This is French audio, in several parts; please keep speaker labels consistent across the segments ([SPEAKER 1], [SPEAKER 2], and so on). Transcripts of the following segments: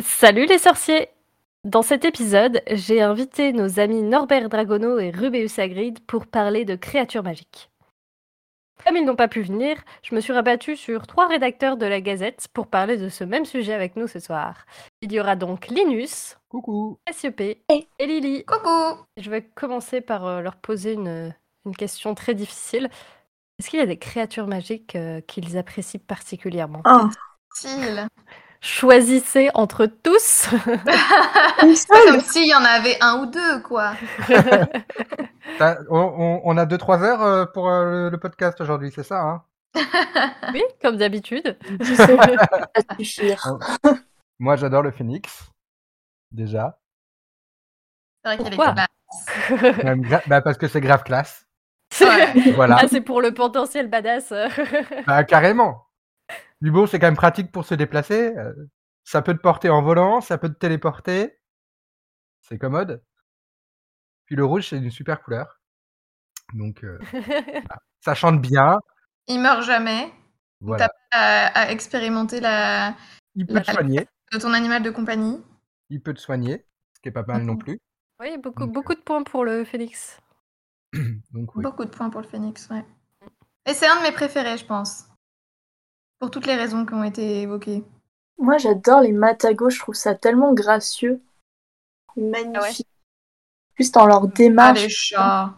[SPEAKER 1] Salut les sorciers Dans cet épisode, j'ai invité nos amis Norbert Dragono et Rubeus Hagrid pour parler de créatures magiques. Comme ils n'ont pas pu venir, je me suis rabattue sur trois rédacteurs de la Gazette pour parler de ce même sujet avec nous ce soir. Il y aura donc Linus,
[SPEAKER 2] Coucou.
[SPEAKER 1] Cassiopée
[SPEAKER 3] Hey.
[SPEAKER 1] et Lily.
[SPEAKER 3] Coucou
[SPEAKER 1] Je vais commencer par euh, leur poser une, une question très difficile. Est-ce qu'il y a des créatures magiques euh, qu'ils apprécient particulièrement
[SPEAKER 3] Oh,
[SPEAKER 4] Style.
[SPEAKER 1] Choisissez entre tous
[SPEAKER 3] une
[SPEAKER 4] Pas
[SPEAKER 3] seule
[SPEAKER 4] comme s'il y en avait un ou deux, quoi.
[SPEAKER 2] T'as- On, on- on a 2-3 heures euh, pour euh, le, le podcast aujourd'hui, c'est ça hein
[SPEAKER 1] Oui, comme d'habitude.
[SPEAKER 3] Je sais pas suffire.
[SPEAKER 2] Moi, j'adore le phoenix. Déjà.
[SPEAKER 4] C'est vrai qu'il y avait
[SPEAKER 1] Pourquoi
[SPEAKER 4] des
[SPEAKER 2] Même gra- bah, parce que c'est grave classe.
[SPEAKER 4] classes. Ouais.
[SPEAKER 2] Voilà.
[SPEAKER 1] Ah, c'est pour le potentiel badass.
[SPEAKER 2] Bah, carrément. Du bon, c'est quand même pratique pour se déplacer. euh, Ça peut te porter en volant, ça peut te téléporter. C'est commode. Puis le rouge, c'est une super couleur. Donc, euh, ça chante bien.
[SPEAKER 4] Il meurt jamais.
[SPEAKER 2] Voilà.
[SPEAKER 4] À, à expérimenter la
[SPEAKER 2] Il peut te soigner.
[SPEAKER 4] de ton animal de compagnie.
[SPEAKER 2] Il peut te soigner. Ce qui est pas mal non
[SPEAKER 4] Mhm.
[SPEAKER 2] plus.
[SPEAKER 1] oui, beaucoup,
[SPEAKER 2] Donc, euh,
[SPEAKER 1] beaucoup de points pour le Félix.
[SPEAKER 2] Donc, oui.
[SPEAKER 4] Beaucoup de points pour le phénix, ouais. Et c'est un de mes préférés, je pense. Pour toutes les raisons qui ont été évoquées.
[SPEAKER 3] Moi, j'adore les matagos, je trouve ça tellement gracieux. Magnifique. Juste dans leur
[SPEAKER 4] Ah,
[SPEAKER 3] démarche,
[SPEAKER 4] les chats.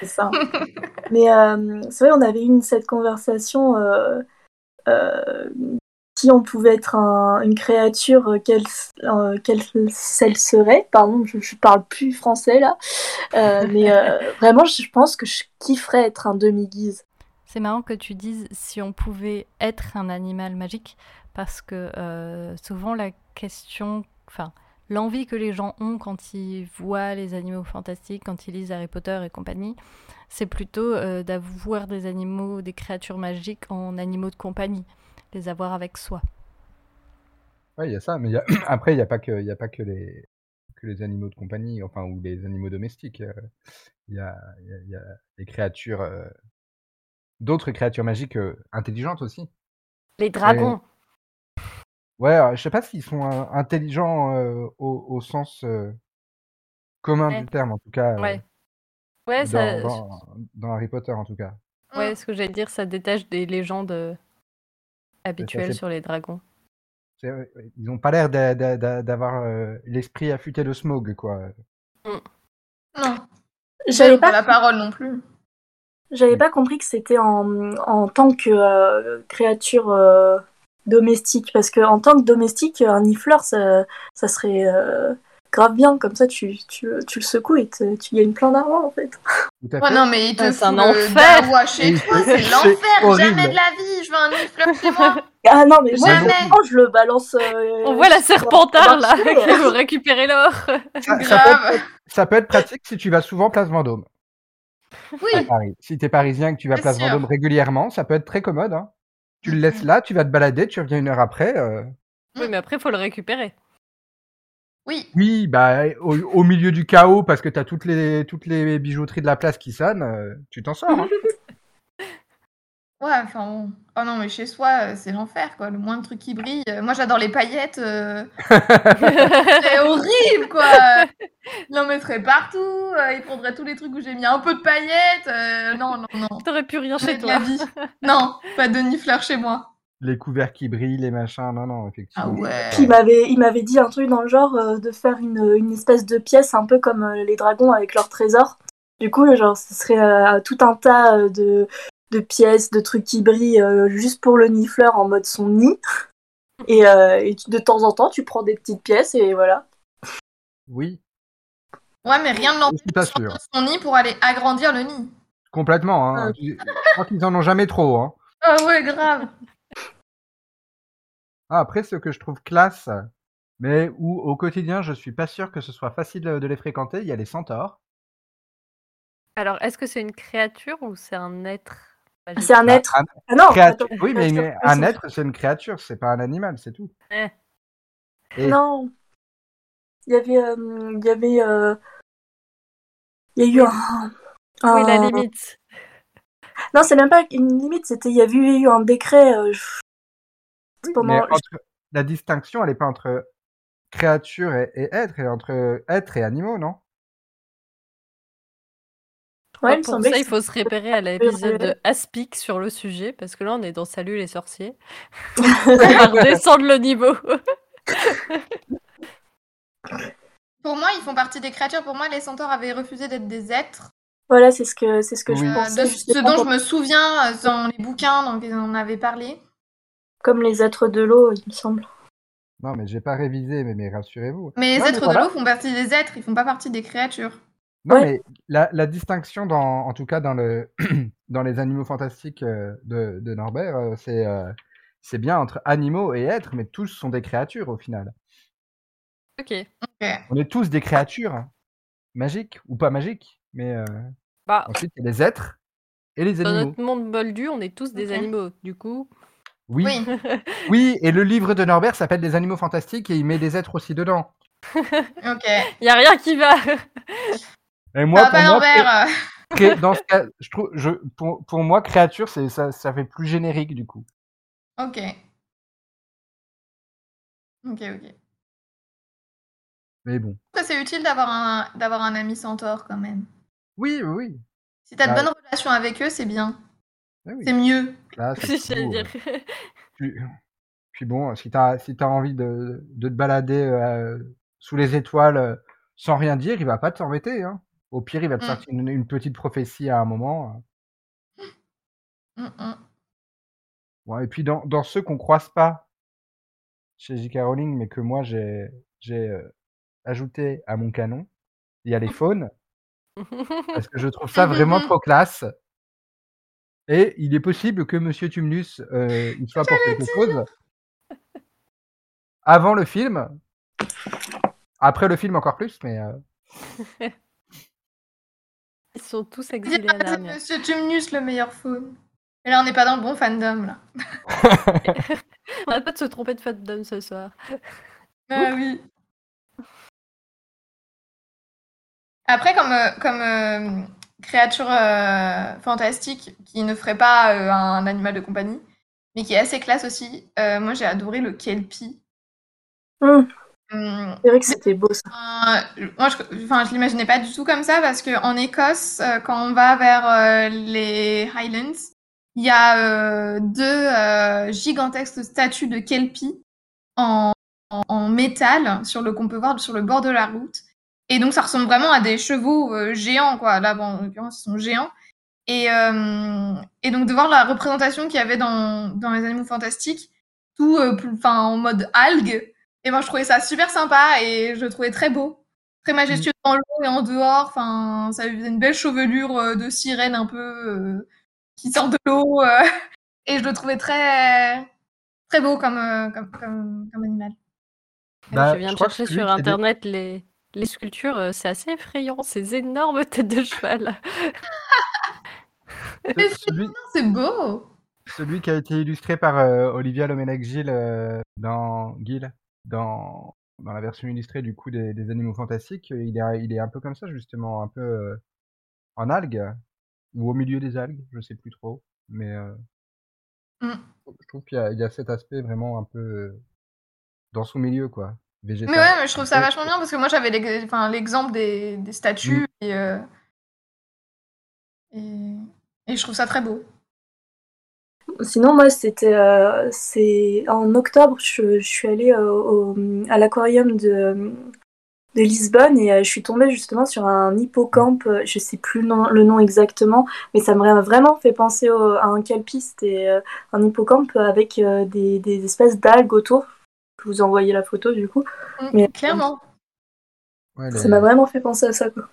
[SPEAKER 3] c'est ça. Mais euh, c'est vrai, on avait eu cette conversation euh, euh, si on pouvait être un- une créature, euh, quelle, euh, quelle celle serait Pardon, je, je parle plus français là. Euh, mais euh, vraiment, je pense que je kifferais être un demi-guise.
[SPEAKER 1] c'est marrant que tu dises si on pouvait être un animal magique, parce que euh, souvent la question, enfin, l'envie que les gens ont quand ils voient les animaux fantastiques, quand ils lisent Harry Potter et compagnie, c'est plutôt euh, d'avoir des animaux, des créatures magiques en animaux de compagnie, les avoir avec soi.
[SPEAKER 2] Ouais, il y a ça, mais il y a- après, il n'y a pas que, il y a pas que les que les animaux de compagnie, enfin ou les animaux domestiques. euh, Il y a, il y a- il y a des créatures, euh, d'autres créatures magiques euh, intelligentes aussi.
[SPEAKER 1] Les dragons.
[SPEAKER 2] Ouais, alors, je sais pas s'ils sont euh, intelligents euh, au, au sens euh, commun
[SPEAKER 1] Ouais.
[SPEAKER 2] du terme, en tout cas. euh,
[SPEAKER 1] Ouais. Ouais,
[SPEAKER 2] dans,
[SPEAKER 1] ça,
[SPEAKER 2] dans- dans Harry Potter, en tout cas.
[SPEAKER 3] Mm.
[SPEAKER 1] Ouais, ce que j'allais dire, ça détache des légendes euh, habituelles
[SPEAKER 2] fait-
[SPEAKER 1] sur les dragons.
[SPEAKER 2] C'est- ouais, ouais, Ils n'ont pas l'air d'a- d'a- d'a- d'avoir euh, l'esprit affûté de Smog, quoi.
[SPEAKER 4] Non,
[SPEAKER 3] J'avais
[SPEAKER 4] j'aime pas
[SPEAKER 3] pas
[SPEAKER 4] la parole non plus.
[SPEAKER 3] J'avais pas compris que c'était en, en tant que euh, créature euh, domestique, parce que en tant que domestique, un nifleur, ça, ça serait euh, grave bien, comme ça tu, tu, tu le secoues et te- tu gagnes plein d'argent en fait.
[SPEAKER 2] Tout à
[SPEAKER 1] Oh
[SPEAKER 4] Ouais,
[SPEAKER 2] fait.
[SPEAKER 4] non, mais il te
[SPEAKER 1] Ouais, Ah, c'est
[SPEAKER 4] fout
[SPEAKER 1] un
[SPEAKER 4] le
[SPEAKER 1] enfer.
[SPEAKER 4] dawa chez
[SPEAKER 2] Et
[SPEAKER 4] toi,
[SPEAKER 2] c'est-
[SPEAKER 4] c'est
[SPEAKER 2] c'est
[SPEAKER 4] l'enfer.
[SPEAKER 2] horrible.
[SPEAKER 4] Jamais de la vie, je veux un nifleur chez moi.
[SPEAKER 3] Ah non, mais moi,
[SPEAKER 4] Jamais.
[SPEAKER 3] franchement, je le balance. euh,
[SPEAKER 1] On voit la
[SPEAKER 3] sur- euh.
[SPEAKER 1] serpentard là,
[SPEAKER 3] sur le marché,
[SPEAKER 1] qui veut récupérer l'or.
[SPEAKER 2] Ah, Ça, ça peut
[SPEAKER 4] Grave.
[SPEAKER 2] être, ça peut être pratique si tu vas souvent Place Vendôme. à
[SPEAKER 4] Oui,
[SPEAKER 2] Paris. Si t'es parisien et que tu vas à
[SPEAKER 4] Bien
[SPEAKER 2] Place
[SPEAKER 4] sûr.
[SPEAKER 2] Vendôme régulièrement, ça peut être très commode. hein. Tu le laisses là, tu vas te balader, tu reviens une heure après. euh,
[SPEAKER 1] Oui, mais après, il faut le récupérer.
[SPEAKER 4] oui.
[SPEAKER 2] Oui, bah au, au milieu du chaos parce que t'as toutes les toutes les bijouteries de la place qui sonnent, euh, tu t'en sors.
[SPEAKER 4] Mm-hmm.
[SPEAKER 2] hein.
[SPEAKER 4] Ouais, enfin bon. Oh non, mais chez soi, euh, c'est l'enfer, quoi. Le moindre truc qui brille. euh, Moi, j'adore les paillettes. euh, C'est horrible, quoi. Il en mettrait partout. euh, Il prendrait tous les trucs où j'ai mis un peu de paillettes. euh, Non, non, non.
[SPEAKER 1] T'aurais plus rien
[SPEAKER 4] Jamais
[SPEAKER 1] chez
[SPEAKER 4] de la
[SPEAKER 1] toi.
[SPEAKER 4] vie. Non, pas de nifleur chez moi.
[SPEAKER 2] les couverts qui brillent, les machins, non non,
[SPEAKER 4] Ah
[SPEAKER 2] effectivement.
[SPEAKER 4] ouais.
[SPEAKER 2] bah,
[SPEAKER 3] Puis il m'avait, il m'avait dit un truc dans le genre euh, de faire une, une espèce de pièce un peu comme euh, les dragons avec leurs trésors. Du coup, genre, ce serait euh, tout un tas euh, de, de pièces, de trucs qui brillent euh, juste pour le nifleur en mode son nid. Et, euh, et tu- de temps en temps, tu prends des petites pièces et voilà.
[SPEAKER 2] Oui,
[SPEAKER 4] Ouais, mais rien ne
[SPEAKER 2] je
[SPEAKER 4] l'empêche
[SPEAKER 2] suis
[SPEAKER 4] de
[SPEAKER 2] pas sûr.
[SPEAKER 4] sortir son nid pour aller agrandir le nid.
[SPEAKER 2] Complètement.
[SPEAKER 4] euh,
[SPEAKER 2] hein. Je je crois qu'ils en ont jamais trop. hein.
[SPEAKER 4] Ah ouais, grave.
[SPEAKER 2] Ah, après, ce que je trouve classe, mais où au quotidien, je suis pas sûr que ce soit facile de les fréquenter. Il y a les centaures.
[SPEAKER 1] Alors, est-ce que c'est une créature ou c'est un être magique
[SPEAKER 3] C'est un
[SPEAKER 2] Bah,
[SPEAKER 3] être. Ah non,
[SPEAKER 2] Créatu-
[SPEAKER 3] attends,
[SPEAKER 2] Oui, mais
[SPEAKER 3] créature,
[SPEAKER 2] une-
[SPEAKER 3] pas
[SPEAKER 2] un
[SPEAKER 3] sûr.
[SPEAKER 2] être, c'est une créature, c'est pas un animal, c'est tout.
[SPEAKER 1] Ouais.
[SPEAKER 2] Et
[SPEAKER 3] non. Il y avait. euh, il y avait. euh, Il y a eu un.
[SPEAKER 1] Oui, la
[SPEAKER 3] un-
[SPEAKER 1] limite.
[SPEAKER 3] Non, c'est même pas une limite, c'était il y avait eu un décret euh,
[SPEAKER 2] oui, mais
[SPEAKER 3] pendant
[SPEAKER 2] entre, la distinction, elle n'est pas entre créature et, et être, et entre être et animaux, non
[SPEAKER 3] Ouais, il me
[SPEAKER 1] pour
[SPEAKER 3] semblait
[SPEAKER 1] ça,
[SPEAKER 3] que
[SPEAKER 1] il faut se référer à l'épisode de Aspic sur le sujet, parce que là, on est dans Salut les sorciers. on va redescendre le niveau.
[SPEAKER 4] Pour moi, ils font partie des créatures. Pour moi, les centaures avaient refusé d'être des êtres.
[SPEAKER 3] Voilà, c'est ce que, c'est ce que
[SPEAKER 2] Oui.
[SPEAKER 3] je
[SPEAKER 4] Euh,
[SPEAKER 3] pensais.
[SPEAKER 4] de
[SPEAKER 3] je sais
[SPEAKER 4] ce
[SPEAKER 3] pas
[SPEAKER 4] dont je
[SPEAKER 3] pourquoi.
[SPEAKER 4] me souviens euh, dans les bouquins, donc ils en avaient parlé.
[SPEAKER 3] Comme les êtres de l'eau, il me semble.
[SPEAKER 2] Non, mais j'ai pas révisé, mais, mais rassurez-vous.
[SPEAKER 4] Mais les
[SPEAKER 2] Non, mais
[SPEAKER 4] êtres de
[SPEAKER 2] voilà.
[SPEAKER 4] l'eau font partie des êtres, ils font pas partie des créatures.
[SPEAKER 2] Non,
[SPEAKER 3] Ouais.
[SPEAKER 2] mais la, la distinction, dans, en tout cas dans, le, dans les animaux fantastiques euh, de, de Norbert, euh, c'est euh, c'est bien entre animaux et êtres, mais tous sont des créatures au final.
[SPEAKER 1] Ok.
[SPEAKER 2] On est tous des créatures, hein. magiques ou pas magiques, mais euh,
[SPEAKER 1] Bah,
[SPEAKER 2] ensuite il y a les êtres et les
[SPEAKER 1] dans
[SPEAKER 2] animaux.
[SPEAKER 1] notre monde moldu, on est tous des
[SPEAKER 4] Ok.
[SPEAKER 1] animaux. Du coup,
[SPEAKER 2] Oui. oui, et le livre de Norbert s'appelle Les animaux fantastiques et il met des êtres aussi dedans.
[SPEAKER 4] Ok.
[SPEAKER 1] il n'y a rien qui va.
[SPEAKER 2] Et moi,
[SPEAKER 4] ah
[SPEAKER 2] pour
[SPEAKER 4] bah
[SPEAKER 2] moi,
[SPEAKER 4] Norbert, euh,
[SPEAKER 2] cré- dans ce cas, je trouve, je, pour, pour moi, créature, c'est- ça, ça fait plus générique du coup.
[SPEAKER 4] Ok. Ok, ok.
[SPEAKER 2] Mais bon.
[SPEAKER 4] Ça, C'est utile d'avoir un, d'avoir un ami centaure quand même.
[SPEAKER 2] Oui, oui, oui.
[SPEAKER 4] Si t'as de
[SPEAKER 2] Bah-
[SPEAKER 4] bonnes relations avec eux, c'est bien.
[SPEAKER 2] Ah oui.
[SPEAKER 4] C'est mieux.
[SPEAKER 2] Là, c'est
[SPEAKER 1] J'allais
[SPEAKER 2] tout, euh,
[SPEAKER 1] dire.
[SPEAKER 2] Puis, puis bon, si t'as si t'as envie de, de te balader euh, sous les étoiles euh, sans rien dire, il va pas t'embêter. Hein. Au pire, il va te
[SPEAKER 4] Mm.
[SPEAKER 2] sortir une, une petite prophétie à un moment. euh.
[SPEAKER 4] Mm, mm.
[SPEAKER 2] Ouais, et puis dans, dans ceux qu'on croise pas chez J.K. Rowling, mais que moi j'ai j'ai euh, ajouté à mon canon, il y a les faunes, parce que je trouve ça vraiment
[SPEAKER 4] Mhm.
[SPEAKER 2] trop classe. Et il est possible que Monsieur Tumnus euh, il soit pour quelque chose avant le film, après le film encore plus, mais
[SPEAKER 1] Ah
[SPEAKER 2] euh,
[SPEAKER 1] Ils sont tous
[SPEAKER 4] Dis
[SPEAKER 1] exilés
[SPEAKER 4] pas
[SPEAKER 1] à
[SPEAKER 4] que C'est
[SPEAKER 1] l'armée.
[SPEAKER 4] Monsieur Tumnus le meilleur faune. Et là, on n'est pas dans le bon fandom, là.
[SPEAKER 1] On n'a pas de se tromper de fête d'homme ce soir.
[SPEAKER 4] Ah oui. Après, comme, euh, comme euh, créature euh, fantastique qui ne ferait pas euh, un animal de compagnie, mais qui est assez classe aussi, euh, moi j'ai adoré le Kelpie.
[SPEAKER 3] Hum,
[SPEAKER 4] Hum,
[SPEAKER 3] c'est vrai que c'était beau ça.
[SPEAKER 4] Euh, moi, je, enfin, je l'imaginais pas du tout comme ça parce que en Écosse, euh, quand on va vers euh, les Highlands, il y a euh, deux euh, gigantesques statues de Kelpie en, en- en métal sur le qu'on peut voir sur le bord de la route. Et donc, ça ressemble vraiment à des chevaux euh, géants, quoi. Là, bon, en l'occurrence, ils sont géants. Et, euh, et donc, de voir la représentation qu'il y avait dans, dans les animaux fantastiques, tout euh, plus- enfin, en mode algue. Et moi, je trouvais ça super sympa et je le trouvais très beau. Très majestueux dans l'eau et en dehors. Enfin, ça lui faisait une belle chevelure euh, de sirène un peu euh, qui sort de l'eau. euh, et je le trouvais très, très beau comme, euh, comme, comme, comme animal.
[SPEAKER 2] Bah,
[SPEAKER 1] je viens
[SPEAKER 2] je
[SPEAKER 1] de
[SPEAKER 2] crois que
[SPEAKER 1] chercher
[SPEAKER 2] c'est lui
[SPEAKER 1] sur
[SPEAKER 2] qui est dé-
[SPEAKER 1] internet les, les sculptures, euh, c'est assez effrayant, ces énormes têtes de cheval.
[SPEAKER 4] Mais c'est-
[SPEAKER 2] celui,
[SPEAKER 4] C'est beau!
[SPEAKER 2] celui qui a été illustré par euh, Olivia Lomenech-Gil euh, dans Gil, dans, dans la version illustrée du coup des, des Animaux Fantastiques, euh, il est, il est un peu comme ça justement, un peu euh, en algues ou au milieu des algues, je sais plus trop, mais euh,
[SPEAKER 4] Mm.
[SPEAKER 2] je trouve qu'il y, a- il y a cet aspect vraiment un peu euh, dans son milieu quoi, végétal.
[SPEAKER 4] Mais ouais, mais je trouve ça
[SPEAKER 2] Ouais.
[SPEAKER 4] vachement bien parce que moi j'avais l'ex- enfin, l'exemple des, des statues et, euh, et, et je trouve ça très beau.
[SPEAKER 3] Sinon, moi, c'était euh, c'est- en octobre, je, je suis allée euh, au- à l'aquarium de, de Lisbonne et euh, je suis tombée justement sur un hippocampe, euh, je sais plus le nom, le nom exactement, mais ça m'a vraiment fait penser au- à un calpi, c'était euh, un hippocampe avec euh, des, des espèces d'algues autour. Je vous envoyer la photo du coup.
[SPEAKER 4] Mm,
[SPEAKER 3] Mais-
[SPEAKER 4] Clairement.
[SPEAKER 2] Ouais,
[SPEAKER 3] Ça
[SPEAKER 2] les-
[SPEAKER 3] m'a vraiment fait penser à ça. Quoi.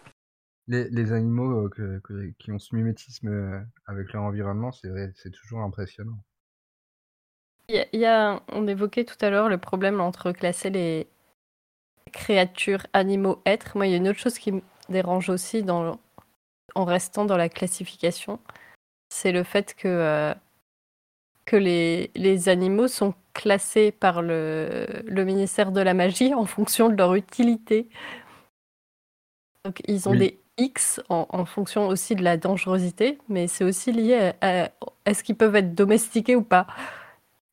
[SPEAKER 2] Les, les animaux euh, que- que- qui ont ce mimétisme euh, avec leur environnement, c'est vrai, c'est toujours impressionnant.
[SPEAKER 1] Il y a- il y a, on évoquait tout à l'heure le problème entre classer les créatures, animaux, êtres. Moi, il y a une autre chose qui me dérange aussi dans, en restant dans la classification, c'est le fait que, euh, que les, les animaux sont classés par le, le ministère de la magie en fonction de leur utilité. Donc, ils ont
[SPEAKER 2] Oui.
[SPEAKER 1] des X en, en fonction aussi de la dangerosité, mais c'est aussi lié à, à- est-ce qu'ils peuvent être domestiqués ou pas.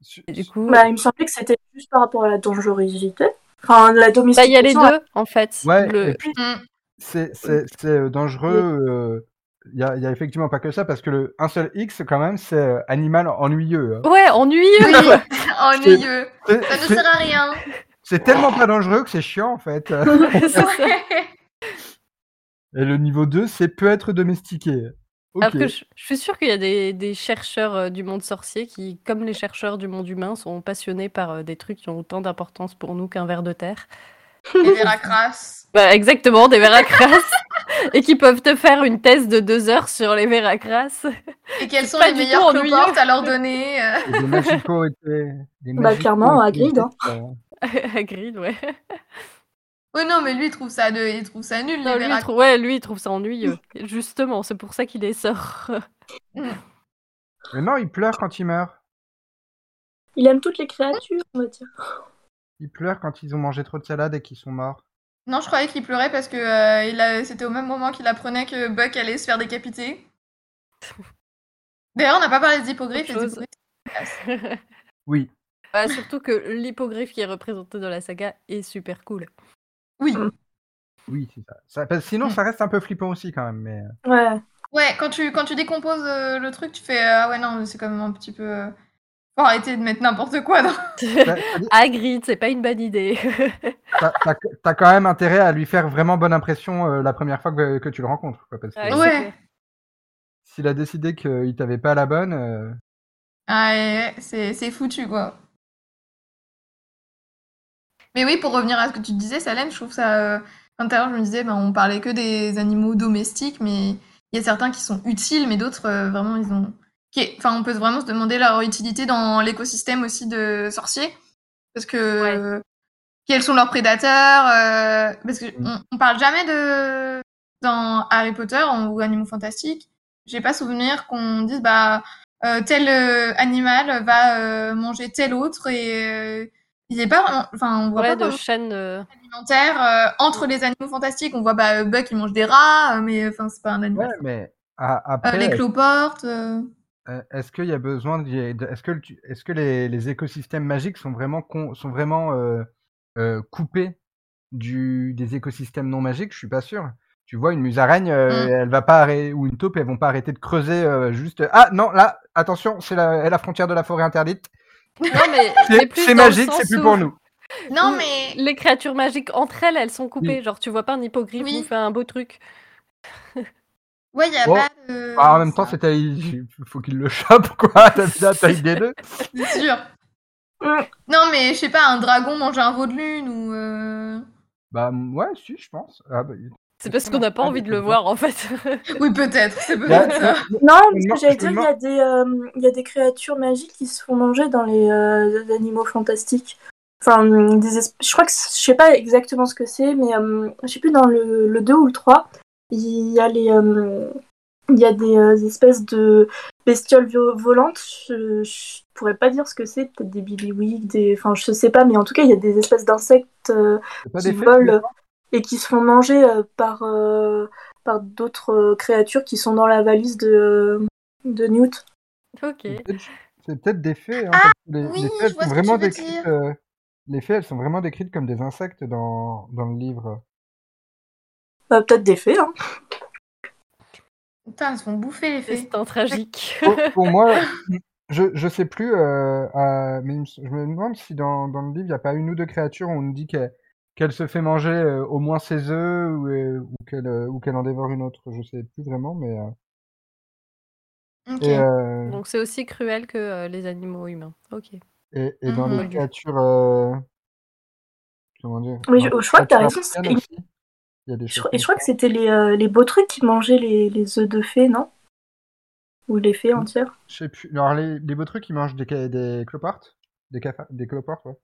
[SPEAKER 2] Su-
[SPEAKER 1] Et du coup,
[SPEAKER 3] Bah, il me semblait que c'était juste par rapport à la dangerosité. Enfin, la
[SPEAKER 1] bah, il y a les
[SPEAKER 3] domestication.
[SPEAKER 1] deux, en fait.
[SPEAKER 2] Ouais,
[SPEAKER 1] Le-
[SPEAKER 2] et puis
[SPEAKER 4] Mm.
[SPEAKER 2] c'est- c'est c'est, euh, dangereux. euh, Il n'y a, y a effectivement pas que ça, parce que le, un seul X, quand même, c'est euh, animal ennuyeux. hein.
[SPEAKER 1] Ouais, ennuyeux.
[SPEAKER 4] Oui, ennuyeux.
[SPEAKER 2] C'est-
[SPEAKER 4] Oh, Ça ne
[SPEAKER 2] c'est-
[SPEAKER 4] sert à rien.
[SPEAKER 2] C'est tellement pas dangereux que c'est chiant, en fait.
[SPEAKER 1] C'est ça.
[SPEAKER 2] Et le niveau 2, c'est peut être domestiqué. Ok.
[SPEAKER 1] Après, je, je suis sûre qu'il y a des, des chercheurs euh, du monde sorcier qui, comme les chercheurs du monde humain, sont passionnés par euh, des trucs qui ont autant d'importance pour nous qu'un verre de terre.
[SPEAKER 4] Et Vera Crass.
[SPEAKER 1] Bah, exactement, des veracras. et qui peuvent te faire une thèse de deux heures sur les veracras.
[SPEAKER 4] Et quelles sont
[SPEAKER 1] pas
[SPEAKER 4] les
[SPEAKER 1] du
[SPEAKER 4] meilleures
[SPEAKER 1] tout ennuyeux.
[SPEAKER 4] cloportes à leur donner euh.
[SPEAKER 2] Et des magico étaient. des
[SPEAKER 3] Bah,
[SPEAKER 2] magico
[SPEAKER 3] clairement,
[SPEAKER 2] étaient-
[SPEAKER 3] Hagrid, hein.
[SPEAKER 2] euh,
[SPEAKER 1] Hagrid, ouais.
[SPEAKER 4] Oui, non, mais lui, il trouve ça, de... il trouve ça nul,
[SPEAKER 1] Non,
[SPEAKER 4] les
[SPEAKER 1] lui, il
[SPEAKER 4] Vera-
[SPEAKER 1] trou- ouais, lui, il trouve ça ennuyeux. Justement, c'est pour ça qu'il les sort.
[SPEAKER 2] Mais non, il pleure quand il meurt.
[SPEAKER 3] Il aime toutes les créatures, on va dire.
[SPEAKER 2] Ils pleurent quand ils ont mangé trop de salade et qu'ils sont morts.
[SPEAKER 4] Non, je croyais qu'il pleurait parce que euh, il a- c'était au même moment qu'il apprenait que Buck allait se faire décapiter. D'ailleurs, on n'a pas parlé des hippogriffes.
[SPEAKER 1] Autre
[SPEAKER 4] les
[SPEAKER 1] chose.
[SPEAKER 4] hippogriffes.
[SPEAKER 2] Oui.
[SPEAKER 1] Bah, surtout que l'hippogriffe qui est représenté dans la saga est super cool.
[SPEAKER 4] Oui.
[SPEAKER 2] Oui, c'est ça. Ça- parce que sinon, ça reste un peu flippant aussi, quand même. Mais... euh,
[SPEAKER 3] Ouais.
[SPEAKER 4] Ouais, quand tu, quand tu décomposes euh, le truc, tu fais euh, Ah ouais, non, mais c'est quand même un petit peu. euh, Faut arrêter de mettre n'importe quoi dans.
[SPEAKER 2] T'as- t'as-
[SPEAKER 1] Hagrid, c'est pas une bonne idée.
[SPEAKER 2] T'as t'as- t'as quand même intérêt à lui faire vraiment bonne impression euh, la première fois que, que tu le rencontres. quoi, parce que
[SPEAKER 1] Ouais, c'est
[SPEAKER 4] Ouais.
[SPEAKER 1] clair.
[SPEAKER 2] s'il a décidé qu'il t'avait pas à la bonne, euh,
[SPEAKER 4] Ah, et- c'est c'est foutu, quoi. Mais oui, pour revenir à ce que tu disais, Salem, je trouve ça. euh, Enfin, tout à l'heure, je me disais, ben, on parlait que des animaux domestiques, mais il y a certains qui sont utiles, mais d'autres, euh, vraiment, ils ont. qui- Enfin, on peut vraiment se demander leur utilité dans l'écosystème aussi de sorciers. Parce que.
[SPEAKER 1] Ouais.
[SPEAKER 4] euh, quels sont leurs prédateurs euh, Parce que
[SPEAKER 2] Mm.
[SPEAKER 4] on, on parle jamais de. dans Harry Potter ou Animaux Fantastiques. J'ai pas souvenir qu'on dise, bah. Euh, tel euh, animal va euh, manger tel autre et euh, il n'y a pas vraiment- enfin on voit
[SPEAKER 1] Ouais,
[SPEAKER 4] pas
[SPEAKER 1] de
[SPEAKER 4] vraiment
[SPEAKER 1] chaîne. euh,
[SPEAKER 4] alimentaire euh, entre les animaux fantastiques on voit bah euh, Buck il mange des rats euh, mais enfin c'est pas un
[SPEAKER 2] ouais,
[SPEAKER 4] animal
[SPEAKER 2] mais a-
[SPEAKER 4] Euh,
[SPEAKER 2] après,
[SPEAKER 4] les cloportes euh,
[SPEAKER 2] euh, est-ce qu'il y a besoin d'y- de- Est-ce que, le tu- est-ce que les, les écosystèmes magiques sont vraiment, con- sont vraiment euh, euh, coupés du, des écosystèmes non magiques Je suis pas sûr. Tu vois, une musaraigne,
[SPEAKER 1] Mmh.
[SPEAKER 2] euh, elle va pas arrêter, ou une taupe, elles vont pas arrêter de creuser euh, juste. Ah non, là, attention, c'est la, la frontière de la forêt interdite.
[SPEAKER 1] Non, mais mais
[SPEAKER 2] C'est
[SPEAKER 1] plus
[SPEAKER 2] c'est
[SPEAKER 1] dans le
[SPEAKER 2] magique,
[SPEAKER 1] sens
[SPEAKER 2] c'est plus
[SPEAKER 1] où
[SPEAKER 2] pour nous.
[SPEAKER 4] non
[SPEAKER 1] Oui.
[SPEAKER 4] mais
[SPEAKER 1] Les créatures magiques entre elles, elles sont coupées. Genre, tu vois pas un hippogriffe
[SPEAKER 4] Oui.
[SPEAKER 1] nous faire un beau truc.
[SPEAKER 4] ouais il y a
[SPEAKER 2] Bon.
[SPEAKER 4] pas de
[SPEAKER 2] Ah, en même
[SPEAKER 1] hein.
[SPEAKER 2] temps,
[SPEAKER 4] ça,
[SPEAKER 2] c'était, il faut qu'il le chope, quoi. T'as vu la taille des deux.
[SPEAKER 4] c'est sûr
[SPEAKER 3] Mm.
[SPEAKER 4] non mais je sais pas un dragon mange un veau de lune ou euh,
[SPEAKER 2] Bah, ouais, si, je pense. Ah, bah,
[SPEAKER 1] C'est parce qu'on n'a pas
[SPEAKER 2] Ah,
[SPEAKER 1] envie de
[SPEAKER 2] d'accord.
[SPEAKER 1] le voir, en fait.
[SPEAKER 4] oui peut-être c'est
[SPEAKER 2] Là,
[SPEAKER 4] peut-être ça
[SPEAKER 3] Non,
[SPEAKER 2] me demande-
[SPEAKER 3] parce que j'allais
[SPEAKER 2] je me
[SPEAKER 3] dire, il y, a des, euh, il y a des créatures magiques qui se font manger dans les euh, animaux fantastiques. Enfin, hum, des esp- je crois que c'est- je sais pas exactement ce que c'est, mais euh, je sais plus dans le, le 2 ou le 3, il y a les euh, il y a des euh, espèces de bestioles vo- volantes. Je, je pourrais pas dire ce que c'est, peut-être des biliwigs, des enfin je sais pas, mais en tout cas il y a des espèces d'insectes euh,
[SPEAKER 2] c'est pas
[SPEAKER 3] qui
[SPEAKER 2] des faits,
[SPEAKER 3] volent et qui se font manger euh, par, euh, par d'autres euh, créatures qui sont dans la valise de, euh, de Newt.
[SPEAKER 1] ok.
[SPEAKER 2] C'est peut-être- C'est peut-être des fées. hein,
[SPEAKER 4] Ah,
[SPEAKER 2] parce que les,
[SPEAKER 4] oui,
[SPEAKER 2] les fées,
[SPEAKER 4] je
[SPEAKER 2] elles sont
[SPEAKER 4] vois ce que tu
[SPEAKER 2] vraiment
[SPEAKER 4] veux
[SPEAKER 2] décrites.
[SPEAKER 4] dire.
[SPEAKER 2] euh, les fées, elles sont vraiment décrites comme des insectes dans, dans le livre.
[SPEAKER 3] Bah, peut-être des fées, hein.
[SPEAKER 4] putain ils se font bouffer les fées
[SPEAKER 1] C'est un tragique.
[SPEAKER 2] Pour, pour moi, je, je sais plus, euh, euh, mais il me s- je me demande si dans, dans le livre, il n'y a pas une ou deux créatures où on nous dit qu'elle qu'elle se fait manger euh, au moins ses œufs ou, euh, ou qu'elle euh, ou qu'elle en dévore une autre. Je sais plus vraiment, mais. euh,
[SPEAKER 4] Ok.
[SPEAKER 2] et, euh,
[SPEAKER 1] Donc, c'est aussi cruel que euh, les animaux humains. Ok.
[SPEAKER 2] Et, et dans les
[SPEAKER 4] Mhm.
[SPEAKER 2] créatures. euh, Comment dire dans
[SPEAKER 3] Oui, je-
[SPEAKER 2] les
[SPEAKER 3] je crois que t'as
[SPEAKER 2] créatures
[SPEAKER 3] raison,
[SPEAKER 2] africaines
[SPEAKER 3] c'est-
[SPEAKER 2] aussi, Il y a des
[SPEAKER 3] Je
[SPEAKER 2] choses
[SPEAKER 3] crois- Et je
[SPEAKER 2] comme
[SPEAKER 3] crois que c'était les, euh, les beaux trucs qui mangeaient les, les œufs de fées, non Ou les fées entières.
[SPEAKER 2] ça. Je sais plus. Alors, les, les beaux trucs, ils mangent des, ca- des cloportes Des, cafa- des cloportes, ouais.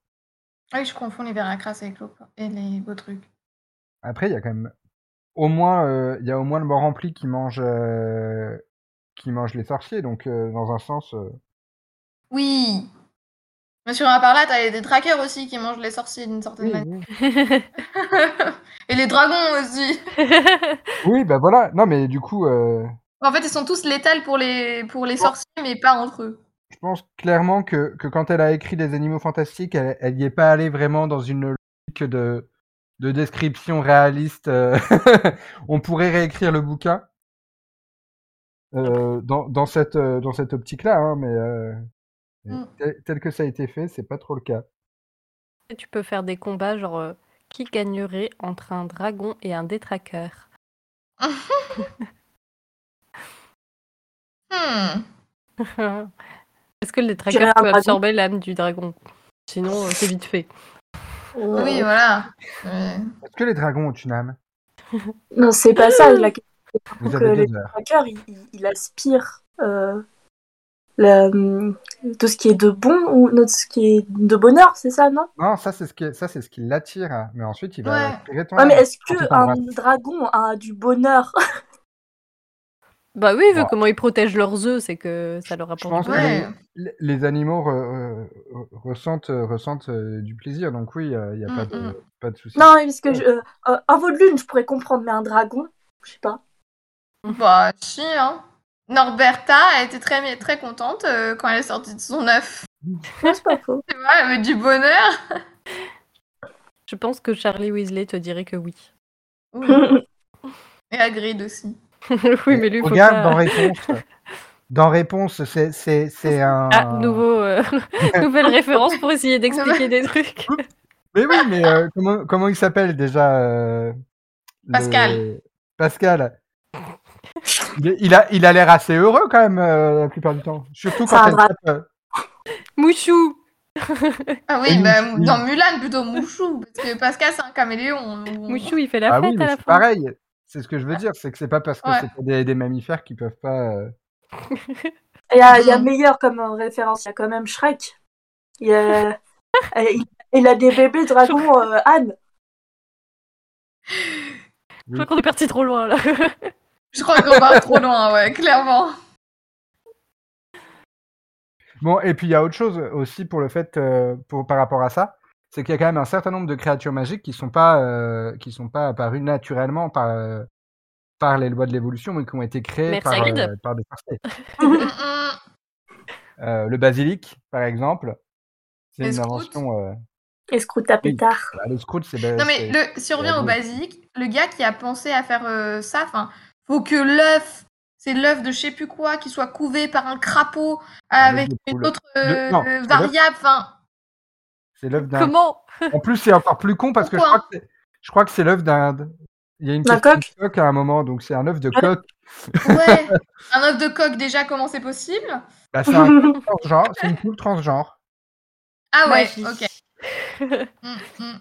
[SPEAKER 4] Ah oui, je confonds les veracras avec l'eau et les beaux trucs.
[SPEAKER 2] Après, il y a quand même. Au moins, euh, il y a au moins le mort rempli qui mange, euh, qui mange les sorciers. Donc, euh, dans un sens. euh,
[SPEAKER 4] Oui. Mais sur un par là, t'as des traqueurs aussi qui mangent les sorciers d'une certaine
[SPEAKER 2] Oui,
[SPEAKER 4] manière.
[SPEAKER 2] oui.
[SPEAKER 4] et les dragons aussi.
[SPEAKER 2] Oui, bah voilà. Non, mais du coup. euh,
[SPEAKER 4] Oh. En fait, ils sont tous létals pour les, pour les sorciers, mais pas entre eux.
[SPEAKER 2] je pense clairement que, que quand elle a écrit des animaux fantastiques, elle n'y est pas allée vraiment dans une logique de, de description réaliste. euh, On pourrait réécrire le bouquin euh, dans, dans cette, euh, dans cette optique-là, hein, mais euh, mais
[SPEAKER 4] Mm.
[SPEAKER 2] tel, tel que ça a été fait, c'est pas trop le cas.
[SPEAKER 1] Et tu peux faire des combats genre euh, qui gagnerait entre un dragon et un détraqueur
[SPEAKER 4] Hmm.
[SPEAKER 1] Est-ce que le
[SPEAKER 3] J'irais
[SPEAKER 1] détraqueur
[SPEAKER 3] un
[SPEAKER 1] peut
[SPEAKER 3] dragon.
[SPEAKER 1] absorber l'âme du dragon Sinon, euh, c'est vite fait.
[SPEAKER 3] Euh,
[SPEAKER 4] Oui, voilà. Ouais.
[SPEAKER 2] Est-ce que les dragons ont une âme
[SPEAKER 3] Non, c'est pas ça. La question,
[SPEAKER 2] Vous
[SPEAKER 3] Donc,
[SPEAKER 2] avez
[SPEAKER 3] euh,
[SPEAKER 2] des
[SPEAKER 3] les-
[SPEAKER 2] heures.
[SPEAKER 3] c'est que il, il- il aspire euh, la- hum, tout ce qui est de bon ou non, ce qui est de bonheur, c'est ça, non
[SPEAKER 2] Non, ça c'est ce qui, ça c'est ce qui l'attire, hein, mais ensuite il va
[SPEAKER 4] Ouais.
[SPEAKER 2] attirer ton
[SPEAKER 3] Ouais, mais
[SPEAKER 2] âme.
[SPEAKER 3] est-ce
[SPEAKER 2] Quand tu
[SPEAKER 3] que un
[SPEAKER 2] t'embrasses.
[SPEAKER 3] dragon a du bonheur
[SPEAKER 1] Bah oui, vu
[SPEAKER 2] Bon.
[SPEAKER 1] comment ils protègent leurs œufs, c'est que ça leur
[SPEAKER 2] Je
[SPEAKER 1] apporte.
[SPEAKER 2] pense
[SPEAKER 1] du
[SPEAKER 2] que
[SPEAKER 1] bonheur.
[SPEAKER 4] Ouais.
[SPEAKER 2] les, les- les animaux re- re- re- ressentent, euh, ressentent euh, du plaisir, donc oui, euh, il n'y a
[SPEAKER 4] Mm,
[SPEAKER 2] pas de,
[SPEAKER 4] mm.
[SPEAKER 2] pas de souci.
[SPEAKER 3] Non, mais parce que je- euh, euh, un veau de lune, je pourrais comprendre, mais un dragon, je sais pas.
[SPEAKER 4] Bah, si, hein. Norberta a été très, très contente euh, quand elle est sortie de son œuf.
[SPEAKER 3] Non, c'est pas faux.
[SPEAKER 4] Tu vois, elle avait du bonheur.
[SPEAKER 1] Je pense que Charlie Weasley te dirait que oui.
[SPEAKER 4] Et Hagrid aussi.
[SPEAKER 1] oui, mais lui, faut
[SPEAKER 2] Regarde
[SPEAKER 1] pas...
[SPEAKER 2] dans réponse. dans réponse, c'est, c'est, c'est un.
[SPEAKER 1] Ah, nouveau, euh, nouvelle référence pour essayer d'expliquer des trucs.
[SPEAKER 2] Mais oui, mais euh, comment, comment il s'appelle déjà euh, le-
[SPEAKER 4] Pascal.
[SPEAKER 2] Pascal. Il, est- il a, il a l'air assez heureux quand même euh, la plupart du temps. Surtout
[SPEAKER 3] C'est
[SPEAKER 2] quand
[SPEAKER 3] un
[SPEAKER 2] elle
[SPEAKER 3] drame.
[SPEAKER 2] tape, euh,
[SPEAKER 1] Mouchou
[SPEAKER 4] Ah
[SPEAKER 2] Et
[SPEAKER 4] oui, bah,
[SPEAKER 2] Mouchou.
[SPEAKER 4] dans Mulan plutôt Mouchou, parce que Pascal c'est un caméléon. hein. On-
[SPEAKER 1] Mouchou, il fait la
[SPEAKER 2] Ah
[SPEAKER 1] fête
[SPEAKER 2] oui,
[SPEAKER 1] à
[SPEAKER 2] mais
[SPEAKER 1] la
[SPEAKER 2] c'est
[SPEAKER 1] fin.
[SPEAKER 2] pareil. C'est ce que je veux dire, c'est que c'est pas parce que
[SPEAKER 4] Ouais.
[SPEAKER 2] c'est pas des, des mammifères qui peuvent pas. euh,
[SPEAKER 3] Il y, a- il y a
[SPEAKER 4] Mm.
[SPEAKER 3] meilleur comme euh, référence, il y a quand même Shrek. Il, y a, euh, il, il a des bébés dragons euh, Anne.
[SPEAKER 1] Je crois qu'on est parti trop loin, là.
[SPEAKER 4] Je crois qu'on va trop loin, ouais, clairement.
[SPEAKER 2] Bon, et puis il y a autre chose aussi pour le fait, euh, pour, par rapport à ça, c'est qu'il y a quand même un certain nombre de créatures magiques qui sont pas, euh, qui sont pas apparues naturellement par, euh, par les lois de l'évolution, mais qui ont été créées
[SPEAKER 1] Merci,
[SPEAKER 2] par,
[SPEAKER 1] Hagrid.
[SPEAKER 2] euh, par des sorciers.
[SPEAKER 4] Mm, mm.
[SPEAKER 2] Euh, le basilic, par exemple, c'est
[SPEAKER 4] Les
[SPEAKER 2] une
[SPEAKER 4] Scroots.
[SPEAKER 2] invention. euh,
[SPEAKER 3] Escrouta pétard.
[SPEAKER 2] voilà, le scrout, c'est.
[SPEAKER 4] Non mais le, si on revient au basique, le gars qui a pensé à faire euh, ça, enfin, faut que l'œuf, c'est l'œuf de je sais plus quoi, qui soit couvé par un crapaud
[SPEAKER 2] Avec
[SPEAKER 4] avec
[SPEAKER 2] des
[SPEAKER 4] une
[SPEAKER 2] poules.
[SPEAKER 4] autre
[SPEAKER 2] Le-
[SPEAKER 4] euh,
[SPEAKER 2] non, c'est
[SPEAKER 4] variable, enfin,
[SPEAKER 2] c'est l'œuvre d'un.
[SPEAKER 1] Comment
[SPEAKER 2] En plus, c'est encore plus con parce que je
[SPEAKER 4] Pourquoi
[SPEAKER 2] crois que c'est- je crois que c'est l'œuvre d'un. Il y a une
[SPEAKER 3] D'un
[SPEAKER 2] question
[SPEAKER 3] coq
[SPEAKER 2] de coq à un moment, donc c'est un œuf de
[SPEAKER 3] Ah oui.
[SPEAKER 2] coq.
[SPEAKER 4] ouais, un œuf de coq déjà, comment c'est possible
[SPEAKER 2] Bah, c'est un coq transgenre, c'est une poule transgenre.
[SPEAKER 4] Ah ouais,
[SPEAKER 1] Magie.
[SPEAKER 4] ok. Mm, mm.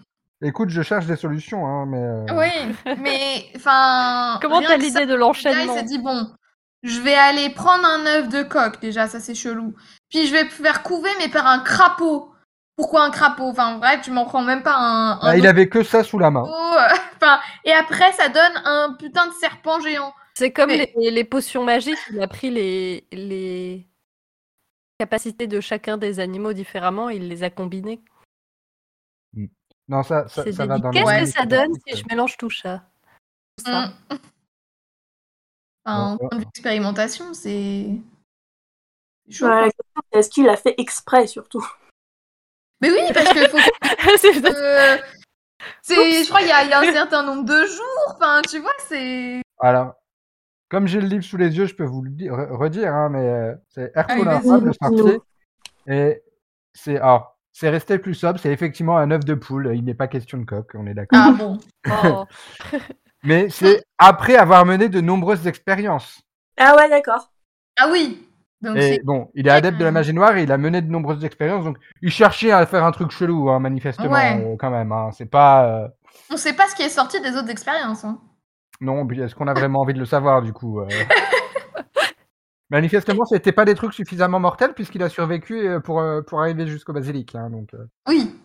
[SPEAKER 2] Écoute, je cherche des solutions, hein, mais.
[SPEAKER 4] Ah
[SPEAKER 2] euh,
[SPEAKER 4] Oui, mais enfin.
[SPEAKER 1] Comment
[SPEAKER 4] rien
[SPEAKER 1] t'as
[SPEAKER 4] que ça,
[SPEAKER 1] l'idée de
[SPEAKER 4] Le gars, il
[SPEAKER 1] l'enchaînement
[SPEAKER 4] s'est dit bon, je vais aller prendre un œuf de coq, déjà, ça c'est chelou. Puis je vais faire couver, mais par un crapaud. Pourquoi un crapaud Enfin, bref, tu m'en prends même pas un. un
[SPEAKER 2] bah, il avait que ça sous la main.
[SPEAKER 4] crapaud, euh, Enfin, et après, ça donne un putain de serpent géant.
[SPEAKER 1] C'est comme
[SPEAKER 4] Mais-
[SPEAKER 1] les, les potions magiques, il a pris les, les capacités de chacun des animaux différemment, il les a combinées.
[SPEAKER 2] Non, ça, ça,
[SPEAKER 1] C'est
[SPEAKER 2] ça va
[SPEAKER 1] délicat.
[SPEAKER 2] dans le
[SPEAKER 1] Qu'est-ce
[SPEAKER 2] même
[SPEAKER 1] que ça donne si je
[SPEAKER 2] esprit.
[SPEAKER 1] mélange tout ça, Tout ça.
[SPEAKER 4] Mm. Enfin,
[SPEAKER 2] Bon,
[SPEAKER 4] en point de vue expérimentation, c'est. c'est chaud,
[SPEAKER 3] Voilà,
[SPEAKER 4] quoi.
[SPEAKER 3] la question, c'est est-ce qu'il l'a fait exprès surtout
[SPEAKER 4] Mais oui, parce qu'il faut
[SPEAKER 1] C'est-
[SPEAKER 4] Euh, c'est,
[SPEAKER 1] Oups.
[SPEAKER 4] je crois qu'il y, a- il y a un certain nombre de jours. Enfin, tu vois, c'est.
[SPEAKER 2] Alors, comme j'ai le livre sous les yeux, je peux vous le dire- re- redire, hein, mais euh, c'est Hercule
[SPEAKER 4] Allez,
[SPEAKER 2] Poirot,
[SPEAKER 3] vas-y,
[SPEAKER 2] le
[SPEAKER 3] dis-nous.
[SPEAKER 2] sorcier. Et c'est. alors, c'est resté plus sobre, c'est effectivement un œuf de poule, il n'est pas question de coq, on est d'accord.
[SPEAKER 4] Ah bon.
[SPEAKER 1] Oh.
[SPEAKER 2] Mais c'est après avoir mené de nombreuses expériences.
[SPEAKER 3] Ah ouais, d'accord.
[SPEAKER 4] Ah oui. Donc
[SPEAKER 2] Et
[SPEAKER 4] c'est.
[SPEAKER 2] bon, il est adepte de la magie noire et il a mené de nombreuses expériences, donc il cherchait à faire un truc chelou, hein, manifestement,
[SPEAKER 4] Ouais.
[SPEAKER 2] euh, quand même. hein, c'est pas. euh,
[SPEAKER 4] On sait pas ce qui est sorti des autres expériences. hein.
[SPEAKER 2] Non, puis est-ce qu'on a vraiment envie de le savoir du coup euh Manifestement, ce n'était pas des trucs suffisamment mortels puisqu'il a survécu euh, pour, euh, pour arriver jusqu'au basilic. hein, donc, euh.
[SPEAKER 4] Oui.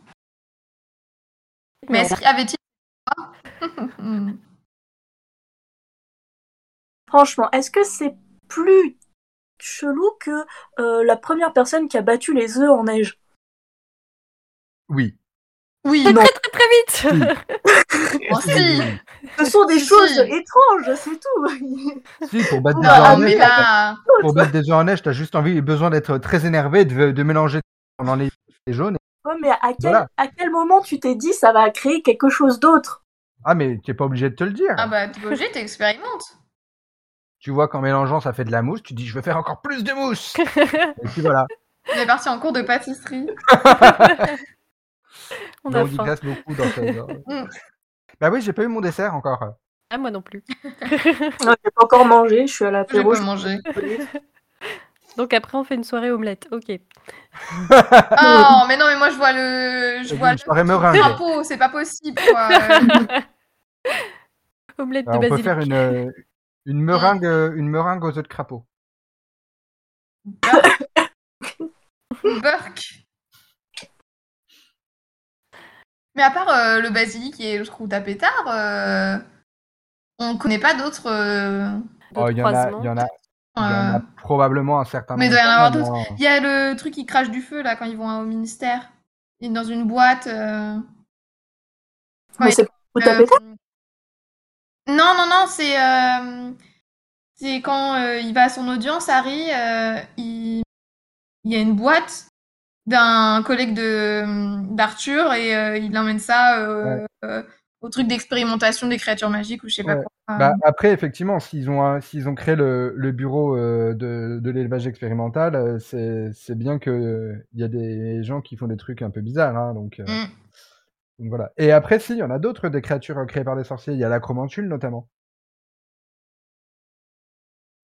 [SPEAKER 4] Mais
[SPEAKER 1] Mais
[SPEAKER 4] est-ce qu'il avait-il. Hmm.
[SPEAKER 3] Franchement, est-ce que c'est plus chelou que euh, la première personne qui a battu les œufs en neige
[SPEAKER 2] Oui.
[SPEAKER 4] oui.
[SPEAKER 3] Non.
[SPEAKER 1] très vite
[SPEAKER 4] Bon, si.
[SPEAKER 3] Ce sont des
[SPEAKER 4] Si.
[SPEAKER 3] choses étranges, c'est tout.
[SPEAKER 2] Si, pour battre des
[SPEAKER 4] Non,
[SPEAKER 2] gens en
[SPEAKER 4] mais
[SPEAKER 2] neige,
[SPEAKER 4] là,
[SPEAKER 2] pour battre des gens en neige, t'as juste envie, besoin d'être très énervé, de, de mélanger on en est jaune.
[SPEAKER 3] Ouais, Oh, mais à quel,
[SPEAKER 2] Voilà.
[SPEAKER 3] à quel moment tu t'es dit ça va créer quelque chose d'autre
[SPEAKER 2] Ah, mais t'es pas obligé de te le dire.
[SPEAKER 4] ah bah, t'es pas obligé, t'expérimentes.
[SPEAKER 2] Tu vois qu'en mélangeant, ça fait de la mousse. Tu dis, je veux faire encore plus de mousse. Et puis voilà.
[SPEAKER 4] On est parti en cours de pâtisserie.
[SPEAKER 1] On
[SPEAKER 2] Mais
[SPEAKER 1] a
[SPEAKER 2] on y
[SPEAKER 1] faim.
[SPEAKER 2] glace beaucoup dans cette.
[SPEAKER 4] Mm.
[SPEAKER 2] bah oui, j'ai pas eu mon dessert encore.
[SPEAKER 1] Ah, moi non plus.
[SPEAKER 3] Non, J'ai pas encore mangé, je suis à la
[SPEAKER 4] J'ai
[SPEAKER 3] je
[SPEAKER 4] pas mangé.
[SPEAKER 1] Donc après, on fait une soirée omelette. Ok.
[SPEAKER 4] Oh, mais non, mais moi, je vois le... Je
[SPEAKER 2] J'ai
[SPEAKER 4] vois
[SPEAKER 2] une
[SPEAKER 4] le
[SPEAKER 2] soirée meringue.
[SPEAKER 4] drapeau, c'est pas possible, quoi. Euh,
[SPEAKER 1] Omelette
[SPEAKER 2] Bah, on
[SPEAKER 1] de
[SPEAKER 2] peut
[SPEAKER 1] basilic.
[SPEAKER 2] faire une, euh, une, meringue, euh, une meringue aux œufs de crapaud.
[SPEAKER 4] Burk. Mais à part euh, le basilic et le trou à pétard, euh, on connaît pas d'autres... euh,
[SPEAKER 1] D'autres
[SPEAKER 2] Oh, Il y, en a-
[SPEAKER 1] croisements.
[SPEAKER 2] il y en a il y en
[SPEAKER 4] euh,
[SPEAKER 2] a probablement un certain euh,
[SPEAKER 4] mais il doit y en avoir
[SPEAKER 2] d'autres.
[SPEAKER 4] Il y a le truc qui crache du feu là quand ils vont au ministère. Il est dans une boîte. euh,
[SPEAKER 3] Mais c'est pas tout à
[SPEAKER 4] euh,
[SPEAKER 3] fait ça.
[SPEAKER 4] Non, non, non, c'est. euh, C'est quand euh, il va à son audience, Harry, euh, il... il y a une boîte d'un collègue de euh, d'Arthur et euh, il emmène ça euh, euh, au truc d'expérimentation des créatures magiques ou je sais pas
[SPEAKER 2] Ouais.
[SPEAKER 4] quoi.
[SPEAKER 2] Bah, après, effectivement, s'ils ont, un- s'ils ont créé le, le bureau euh, de, de l'élevage expérimental, euh, c'est c'est bien que euh, il y a des gens qui font des trucs un peu bizarres. hein, donc, euh,
[SPEAKER 4] Mm.
[SPEAKER 2] donc voilà. Et après, si, il y en a d'autres des créatures euh, créées par des sorciers. Il y a la cromantule notamment.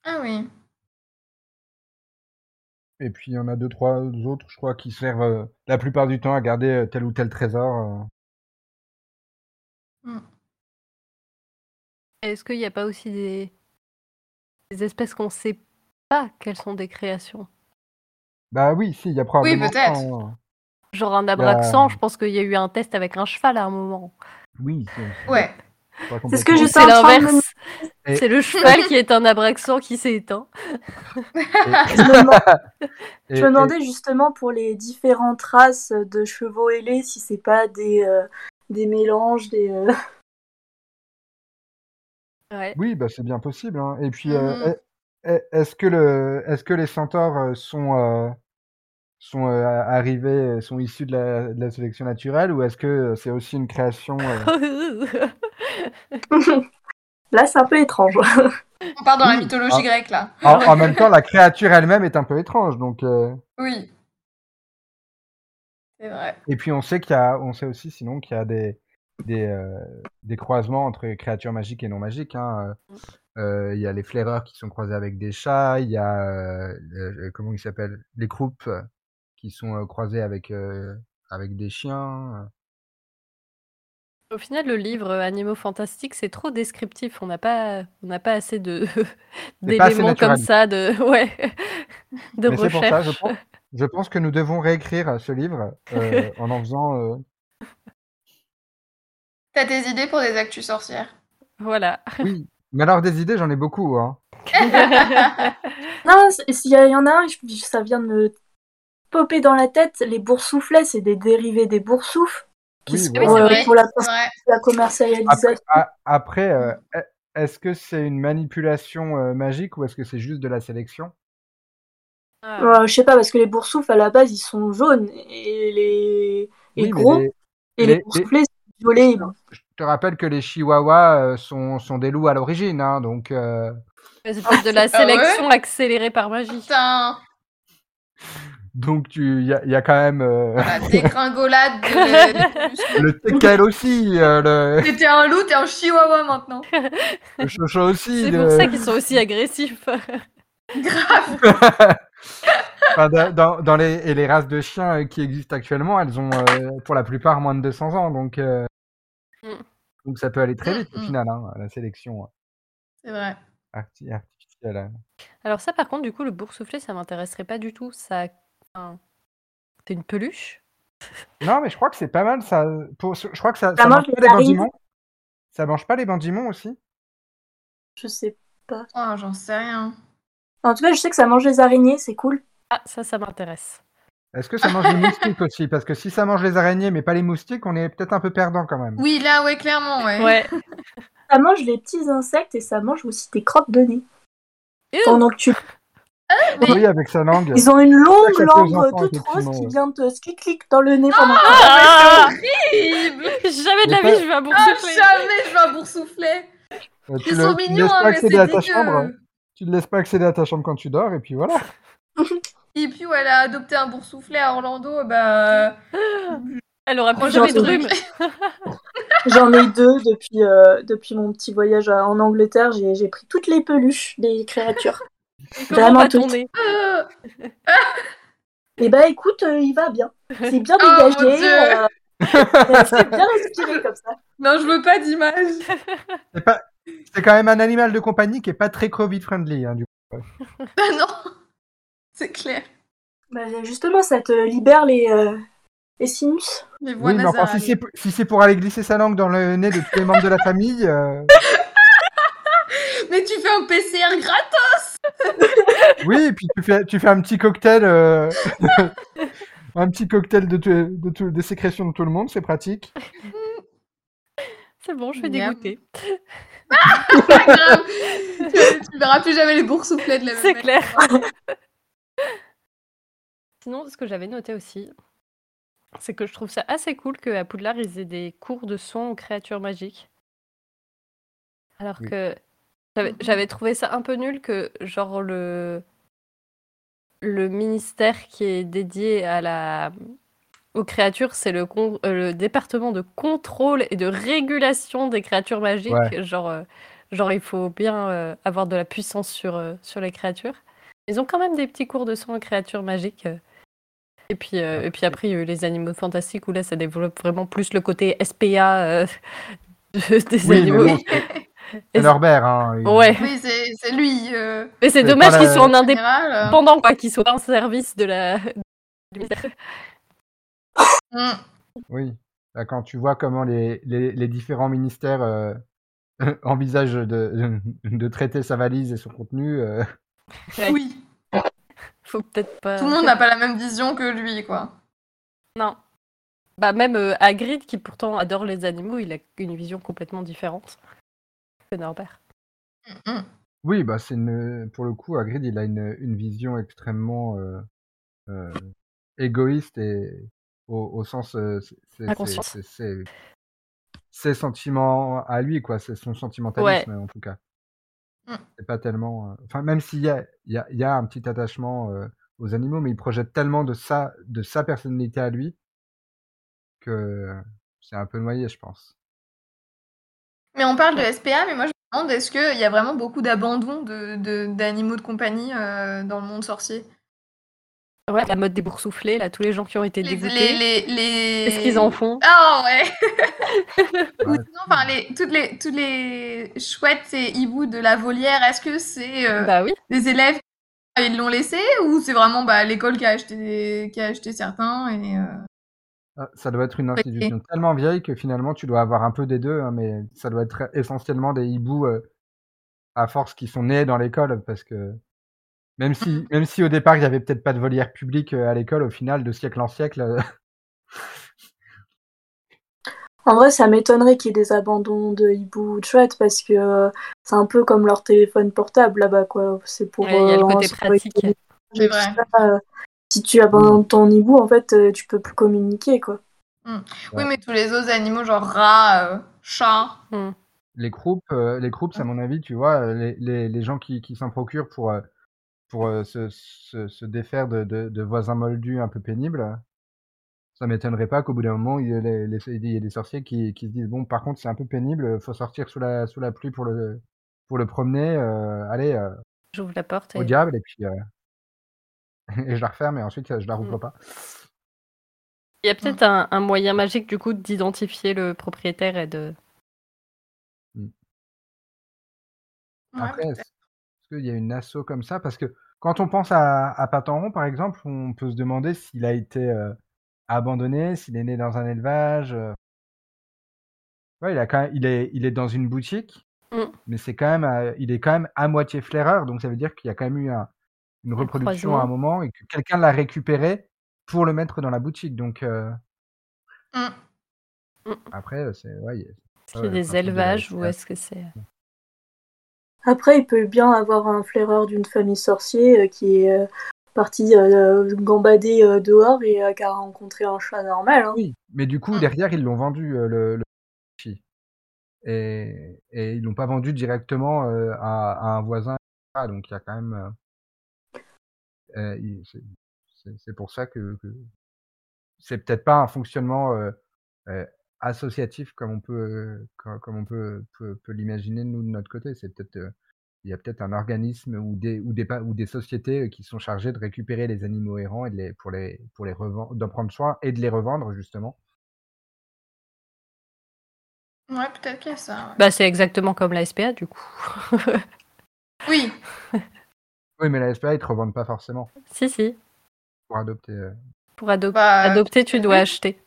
[SPEAKER 4] Ah oui.
[SPEAKER 2] Et puis, il y en a deux, trois autres, je crois, qui servent euh, la plupart du temps à garder euh, tel ou tel trésor. euh.
[SPEAKER 1] Est-ce qu'il n'y a pas aussi des, des espèces qu'on ne sait pas qu'elles sont des créations
[SPEAKER 2] Bah oui, si, il y a probablement. hein.
[SPEAKER 4] peut-être.
[SPEAKER 2] un-
[SPEAKER 1] Genre
[SPEAKER 2] Bah.
[SPEAKER 1] un abraxan, je pense qu'il y a eu un test avec un cheval à un moment.
[SPEAKER 2] Oui. c'est-
[SPEAKER 4] Ouais.
[SPEAKER 2] c'est pas
[SPEAKER 3] C'est ce que
[SPEAKER 1] Ou
[SPEAKER 2] complètement-
[SPEAKER 3] j'étais
[SPEAKER 1] c'est
[SPEAKER 3] en train de me-
[SPEAKER 1] l'inverse.
[SPEAKER 2] Et-
[SPEAKER 1] C'est le cheval qui est un abraxan qui s'est éteint.
[SPEAKER 3] Je me demande-
[SPEAKER 2] Et-
[SPEAKER 3] Je me demandais justement pour les différentes races de chevaux ailés si c'est pas des, euh, des mélanges, des. euh,
[SPEAKER 1] Ouais.
[SPEAKER 2] Oui, bah, c'est bien possible. hein. Et puis, euh,
[SPEAKER 3] Mmh.
[SPEAKER 4] Mhm.
[SPEAKER 2] e- e- est-ce que, le, est que les centaures euh, sont, euh, sont euh, arrivés, euh, sont issus de la, de la sélection naturelle ou est-ce que euh, c'est aussi une création euh,
[SPEAKER 3] Là, c'est un peu étrange.
[SPEAKER 4] On part dans la
[SPEAKER 2] Oui.
[SPEAKER 4] mythologie
[SPEAKER 2] Ah.
[SPEAKER 4] grecque là.
[SPEAKER 2] en, en même temps, la créature elle-même est un peu étrange. Donc, euh,
[SPEAKER 4] Oui. C'est vrai.
[SPEAKER 2] Et puis, on sait, qu'il y a, on sait aussi, sinon, qu'il y a des, des, euh, des croisements entre créatures magiques et non magiques. hein. Euh, euh, Il y a les flaireurs qui sont croisés avec des chats, il y a, euh, le- comment ils s'appellent, les croupes euh, qui sont euh, croisées avec, euh, avec des chiens.
[SPEAKER 1] Au final, le livre euh, Animaux fantastiques, c'est trop descriptif. On n'a pas, on n'a pas assez de
[SPEAKER 2] C'est pas assez
[SPEAKER 1] d'éléments comme
[SPEAKER 2] naturaliste.
[SPEAKER 1] ça de ouais de
[SPEAKER 2] Mais c'est pour ça,
[SPEAKER 1] recherche.
[SPEAKER 2] je pense, je pense que nous devons réécrire ce livre euh, en en faisant. euh,
[SPEAKER 4] T'as tes idées pour des actus sorcières
[SPEAKER 1] Voilà.
[SPEAKER 2] Oui, mais alors des idées, j'en ai beaucoup. hein.
[SPEAKER 3] Non, c'est- s'il y, a- il y en a un, je- ça vient de me popper dans la tête. Les boursouflets, c'est des dérivés des boursoufles qui
[SPEAKER 2] Oui,
[SPEAKER 3] sont
[SPEAKER 2] voilà.
[SPEAKER 4] Ah Oui, c'est
[SPEAKER 3] euh,
[SPEAKER 4] vrai,
[SPEAKER 3] pour la,
[SPEAKER 4] C'est vrai.
[SPEAKER 3] la commercialisation.
[SPEAKER 2] Après, a- après, euh, e- est-ce que c'est une manipulation euh, magique ou est-ce que c'est juste de la sélection
[SPEAKER 1] Ah,
[SPEAKER 3] Euh, je sais pas, parce que les boursoufles, à la base, ils sont jaunes. Et les,
[SPEAKER 2] Oui,
[SPEAKER 3] et
[SPEAKER 2] mais
[SPEAKER 3] gros,
[SPEAKER 2] les-
[SPEAKER 3] et les,
[SPEAKER 2] les-
[SPEAKER 3] boursouflets, sont violets.
[SPEAKER 2] Je te rappelle que les chihuahuas euh, sont, sont des loups à l'origine, hein, donc euh,
[SPEAKER 1] mais C'est peut-être de la
[SPEAKER 4] Ah
[SPEAKER 1] sélection accélérée par magie.
[SPEAKER 4] Putain,
[SPEAKER 2] donc tu, il y, a- il y a quand même euh,
[SPEAKER 4] la dégringolade de...
[SPEAKER 2] le teckel aussi, euh, le,
[SPEAKER 4] T'étais un loup, t'es un chihuahua maintenant.
[SPEAKER 2] le chocho aussi.
[SPEAKER 1] C'est
[SPEAKER 2] le-
[SPEAKER 1] pour ça qu'ils sont aussi agressifs.
[SPEAKER 4] Grave.
[SPEAKER 2] Enfin, dans- dans, dans les, et les races de chiens euh, qui existent actuellement, elles ont euh, pour la plupart moins de 200 ans, donc, euh,
[SPEAKER 1] Mm.
[SPEAKER 2] donc ça peut aller très vite au
[SPEAKER 4] Mm, mm.
[SPEAKER 2] final, hein, la sélection
[SPEAKER 4] C'est vrai.
[SPEAKER 2] arti- artificielle. hein.
[SPEAKER 1] Alors ça, par contre, du coup, le boursouflé, ça m'intéresserait pas du tout. Ça, enfin, c'est une peluche.
[SPEAKER 2] Non, mais je crois que c'est pas mal ça. Pour, je crois que ça, ça
[SPEAKER 3] Ça
[SPEAKER 2] mange
[SPEAKER 3] mange
[SPEAKER 2] pas
[SPEAKER 3] les
[SPEAKER 2] les
[SPEAKER 3] tarines.
[SPEAKER 2] bandimons. Ça mange pas les bandimons aussi
[SPEAKER 3] Je sais.
[SPEAKER 4] Oh, j'en sais rien.
[SPEAKER 3] En tout cas, je sais que ça mange les araignées, c'est cool.
[SPEAKER 1] Ah, ça, ça m'intéresse.
[SPEAKER 2] Est-ce que ça mange les moustiques aussi Parce que si ça mange les araignées mais pas les moustiques, on est peut-être un peu perdant quand même.
[SPEAKER 4] Oui, là, ouais, clairement, ouais.
[SPEAKER 1] Ouais.
[SPEAKER 3] ça mange les petits insectes et ça mange aussi tes crottes de nez.
[SPEAKER 1] Ew.
[SPEAKER 3] Pendant que tu...
[SPEAKER 4] Mais-
[SPEAKER 2] Oui, avec sa langue.
[SPEAKER 3] Ils ont une
[SPEAKER 2] Ça,
[SPEAKER 3] longue
[SPEAKER 2] c'est aux
[SPEAKER 3] langue
[SPEAKER 2] enfants,
[SPEAKER 3] toute rose
[SPEAKER 2] effectivement,
[SPEAKER 3] qui
[SPEAKER 2] ouais.
[SPEAKER 3] vient te qui clique dans le nez pendant que
[SPEAKER 1] Ah
[SPEAKER 4] Horrible
[SPEAKER 1] Jamais de la
[SPEAKER 2] Mais
[SPEAKER 1] vie je vais à
[SPEAKER 4] Ah,
[SPEAKER 1] boursoufler.
[SPEAKER 4] jamais je vais à boursoufler.
[SPEAKER 2] Euh,
[SPEAKER 4] Ils
[SPEAKER 2] tu le-
[SPEAKER 4] sont
[SPEAKER 2] tu
[SPEAKER 4] mignons,
[SPEAKER 2] laisses
[SPEAKER 4] hein,
[SPEAKER 2] pas
[SPEAKER 4] mais c'est
[SPEAKER 2] accéder à ta
[SPEAKER 4] dégueu.
[SPEAKER 2] chambre. hein. Tu ne laisses pas accéder à ta chambre quand tu dors, et puis voilà.
[SPEAKER 4] Et puis, elle a adopté un boursouflé à Orlando. Bah,
[SPEAKER 1] Elle aura
[SPEAKER 4] Moi,
[SPEAKER 1] plus jamais de
[SPEAKER 3] j'aurais
[SPEAKER 1] rhume.
[SPEAKER 3] J'en ai deux depuis, euh, depuis mon petit voyage à- en Angleterre. J'ai j'ai pris toutes les peluches des créatures.
[SPEAKER 1] Comment
[SPEAKER 3] Vraiment
[SPEAKER 1] va
[SPEAKER 3] tout.
[SPEAKER 1] ton nez
[SPEAKER 4] euh,
[SPEAKER 3] Et bah écoute, euh, il va bien. C'est bien
[SPEAKER 4] Oh, mon
[SPEAKER 3] dégagé.
[SPEAKER 4] Dieu.
[SPEAKER 3] euh, euh, c'est bien respiré comme ça.
[SPEAKER 4] non, je veux pas d'image.
[SPEAKER 2] C'est pas... c'est quand même un animal de compagnie qui est pas très Covid-friendly. hein, du coup.
[SPEAKER 4] Bah, non. C'est clair.
[SPEAKER 3] Bah, justement, ça te libère les, euh, les sinus.
[SPEAKER 4] Les voix
[SPEAKER 2] Oui, mais enfin, si
[SPEAKER 4] nasales.
[SPEAKER 2] c'est p- si c'est pour aller glisser sa langue dans le nez de tous les membres de la famille, euh,
[SPEAKER 4] Mais tu fais un PCR gratte
[SPEAKER 2] oui, et puis tu fais, tu fais un petit cocktail, euh, un petit cocktail de, tout- de tout- des sécrétions de tout le monde, c'est pratique.
[SPEAKER 1] C'est bon, je suis
[SPEAKER 4] Miam.
[SPEAKER 1] dégoûtée.
[SPEAKER 4] pas grave. tu, tu verras plus jamais les boursouflets de la même
[SPEAKER 1] C'est
[SPEAKER 4] manière.
[SPEAKER 1] clair. Sinon, ce que j'avais noté aussi, c'est que je trouve ça assez cool qu'à Poudlard, ils aient des cours de son aux créatures magiques. Alors
[SPEAKER 2] Oui.
[SPEAKER 1] que j'avais-
[SPEAKER 4] Mhm.
[SPEAKER 1] j'avais trouvé ça un peu nul que, genre, le, le ministère qui est dédié à la, aux créatures, c'est le, con- euh, le département de contrôle et de régulation des créatures magiques.
[SPEAKER 2] Ouais.
[SPEAKER 1] Genre, euh, genre, il faut bien euh, avoir de la puissance sur, euh, sur les créatures. Ils ont quand même des petits cours de soins aux créatures magiques. euh. Et puis, euh, et puis après, il y a eu les animaux fantastiques où là, ça développe vraiment plus le côté SPA euh, de- des
[SPEAKER 2] Oui, mais
[SPEAKER 1] animaux.
[SPEAKER 2] bon, c'est- c'est Norbert. Hein, il-
[SPEAKER 1] Ouais,
[SPEAKER 4] Oui, c'est c'est lui. euh,
[SPEAKER 1] mais c'est
[SPEAKER 2] Mais
[SPEAKER 1] dommage
[SPEAKER 2] pas
[SPEAKER 1] qu'ils
[SPEAKER 2] la-
[SPEAKER 1] soient en
[SPEAKER 4] en général, euh.
[SPEAKER 1] indépendant, quoi, qu'ils soient pas en service de la. du ministère.
[SPEAKER 4] Mm.
[SPEAKER 2] Oui. Bah, quand tu vois comment les, les, les différents ministères euh, envisagent de, de traiter sa valise et son contenu, euh,
[SPEAKER 1] Ouais.
[SPEAKER 4] Oui.
[SPEAKER 1] Faut peut-être pas.
[SPEAKER 4] Tout le monde n'a pas la même vision que lui, quoi.
[SPEAKER 1] Non. Bah même euh, Hagrid, qui pourtant adore les animaux, il a une vision complètement différente que Norbert.
[SPEAKER 4] Mm.
[SPEAKER 2] oui, bah, c'est une, pour le coup, Hagrid, il a une, une vision extrêmement euh, euh, égoïste et au, au sens. euh, c'est- c'est-
[SPEAKER 1] Inconsciente.
[SPEAKER 2] c'est- c'est- Ses sentiments à lui, quoi. C'est son sentimentalisme, en tout cas.
[SPEAKER 4] Mm.
[SPEAKER 2] C'est pas tellement. euh, Enfin, même s'il y a, il y, a, il y a un petit attachement euh, aux animaux, mais il projette tellement de sa, de sa personnalité à lui que c'est un peu noyé, je pense.
[SPEAKER 4] Mais on parle de SPA, mais moi je me demande est-ce qu'il y a vraiment beaucoup d'abandon d'animaux de, d'animaux de compagnie euh, dans le monde sorcier
[SPEAKER 1] Ouais, la mode des boursouflés, là, tous les gens qui ont été
[SPEAKER 4] Les-
[SPEAKER 1] dégoûtés.
[SPEAKER 4] les- les- les-
[SPEAKER 1] Qu'est-ce qu'ils en font
[SPEAKER 4] Ah ouais Ou
[SPEAKER 2] Ouais.
[SPEAKER 4] sinon, enfin, les, toutes les, tous les chouettes et hiboux de la volière, est-ce que c'est euh,
[SPEAKER 1] Bah oui.
[SPEAKER 4] des élèves qui ils l'ont laissé ou c'est vraiment bah, l'école qui a acheté des- qui a acheté certains et euh,
[SPEAKER 2] Ah, Ça doit être une institution tellement vieille que finalement tu dois avoir un peu des deux, hein, mais ça doit être essentiellement des hiboux euh, à force qui sont nés dans l'école parce que même si, même si au départ il n'y avait peut-être pas de volière publique euh, à l'école, au final de siècle en siècle, euh,
[SPEAKER 3] En vrai, ça m'étonnerait qu'il y ait des abandons de hibou ou de chouette parce que euh, c'est un pour comme leur téléphone portable là-bas, quoi. C'est pour.
[SPEAKER 1] Ouais, il y a le
[SPEAKER 3] euh,
[SPEAKER 1] côté
[SPEAKER 3] en sécurité
[SPEAKER 1] pratique.
[SPEAKER 4] C'est
[SPEAKER 3] et tout
[SPEAKER 4] vrai.
[SPEAKER 3] ça, euh, si tu abandonnes ton hibou, en fait, euh, tu peux plus communiquer, quoi.
[SPEAKER 4] Oui, mais tous les autres animaux, genre rats, euh, chats.
[SPEAKER 2] les croupes, euh, les croupes, à mon avis, tu vois, euh, les, les, les gens qui, qui s'en procurent pour, euh, pour euh, se, se, se défaire de, de, de voisins moldus un peu pénibles, ça m'étonnerait pas qu'au bout d'un moment, il y ait les- les- il y ait des sorciers qui, qui se disent bon, par contre, c'est un peu pénible, faut sortir sous la, sous la pluie pour le, pour le promener, euh, allez, euh,
[SPEAKER 1] J'ouvre la porte.
[SPEAKER 2] au
[SPEAKER 1] Et...
[SPEAKER 2] diable, et puis. euh, et je la referme, et ensuite, euh, je la rouvre
[SPEAKER 1] Mm.
[SPEAKER 2] pas.
[SPEAKER 1] Il y a peut-être un, un moyen magique, du coup, d'identifier le propriétaire et de.
[SPEAKER 4] Ouais,
[SPEAKER 2] Après,
[SPEAKER 4] peut-être.
[SPEAKER 2] est-ce est-ce qu'il y a une asso comme ça Parce que quand on pense à, à Patenron, par exemple, on peut se demander s'il a été euh, abandonné, s'il est né dans un élevage. euh. Ouais, il, a quand même- il, est, il est dans une boutique,
[SPEAKER 1] Mm.
[SPEAKER 2] mais c'est quand même, euh, il est quand même à moitié flaireur, donc ça veut dire qu'il y a quand même eu un- une reproduction à un
[SPEAKER 1] croisement.
[SPEAKER 2] moment et que quelqu'un l'a récupéré pour le mettre dans la boutique. Donc euh,
[SPEAKER 4] Mm.
[SPEAKER 2] après, c'est ouais, il y a-
[SPEAKER 1] Est-ce qu'il
[SPEAKER 2] Ah Ouais,
[SPEAKER 1] y a des
[SPEAKER 2] enfin,
[SPEAKER 1] élevages
[SPEAKER 2] c'est-
[SPEAKER 1] ou est-ce que c'est.
[SPEAKER 3] Après, il peut bien avoir un flaireur d'une famille sorcier euh, qui est euh, parti euh, gambader euh, dehors et euh, qui a rencontré un chat normal. hein.
[SPEAKER 2] Oui, mais du coup,
[SPEAKER 4] Mm.
[SPEAKER 2] derrière, ils l'ont vendu, euh, le, le chi. Et, et ils l'ont pas vendu directement euh, à, à un voisin. Ah, donc, il y a quand même. euh, euh, il- c'est- c'est- C'est pour ça que. que c'est peut-être pas un fonctionnement euh, euh, associatif comme on peut, euh, comme, comme on peut, peut, peut l'imaginer, nous, de notre côté. C'est peut-être. euh, il y a peut-être un organisme ou des, ou, des, pa- ou des sociétés euh, qui sont chargées de récupérer les animaux errants et de les, pour les, pour les revendre, d'en prendre soin et de les revendre, justement.
[SPEAKER 4] Ouais, peut-être qu'il y a ça. ouais.
[SPEAKER 1] Bah, c'est exactement comme la SPA, du coup.
[SPEAKER 4] Oui,
[SPEAKER 2] Oui, mais la SPA, ils te revendent pas forcément
[SPEAKER 1] si, si.
[SPEAKER 2] pour adopter. euh,
[SPEAKER 1] Pour adop-
[SPEAKER 4] bah.
[SPEAKER 1] adopter, tu dois
[SPEAKER 4] oui.
[SPEAKER 1] acheter.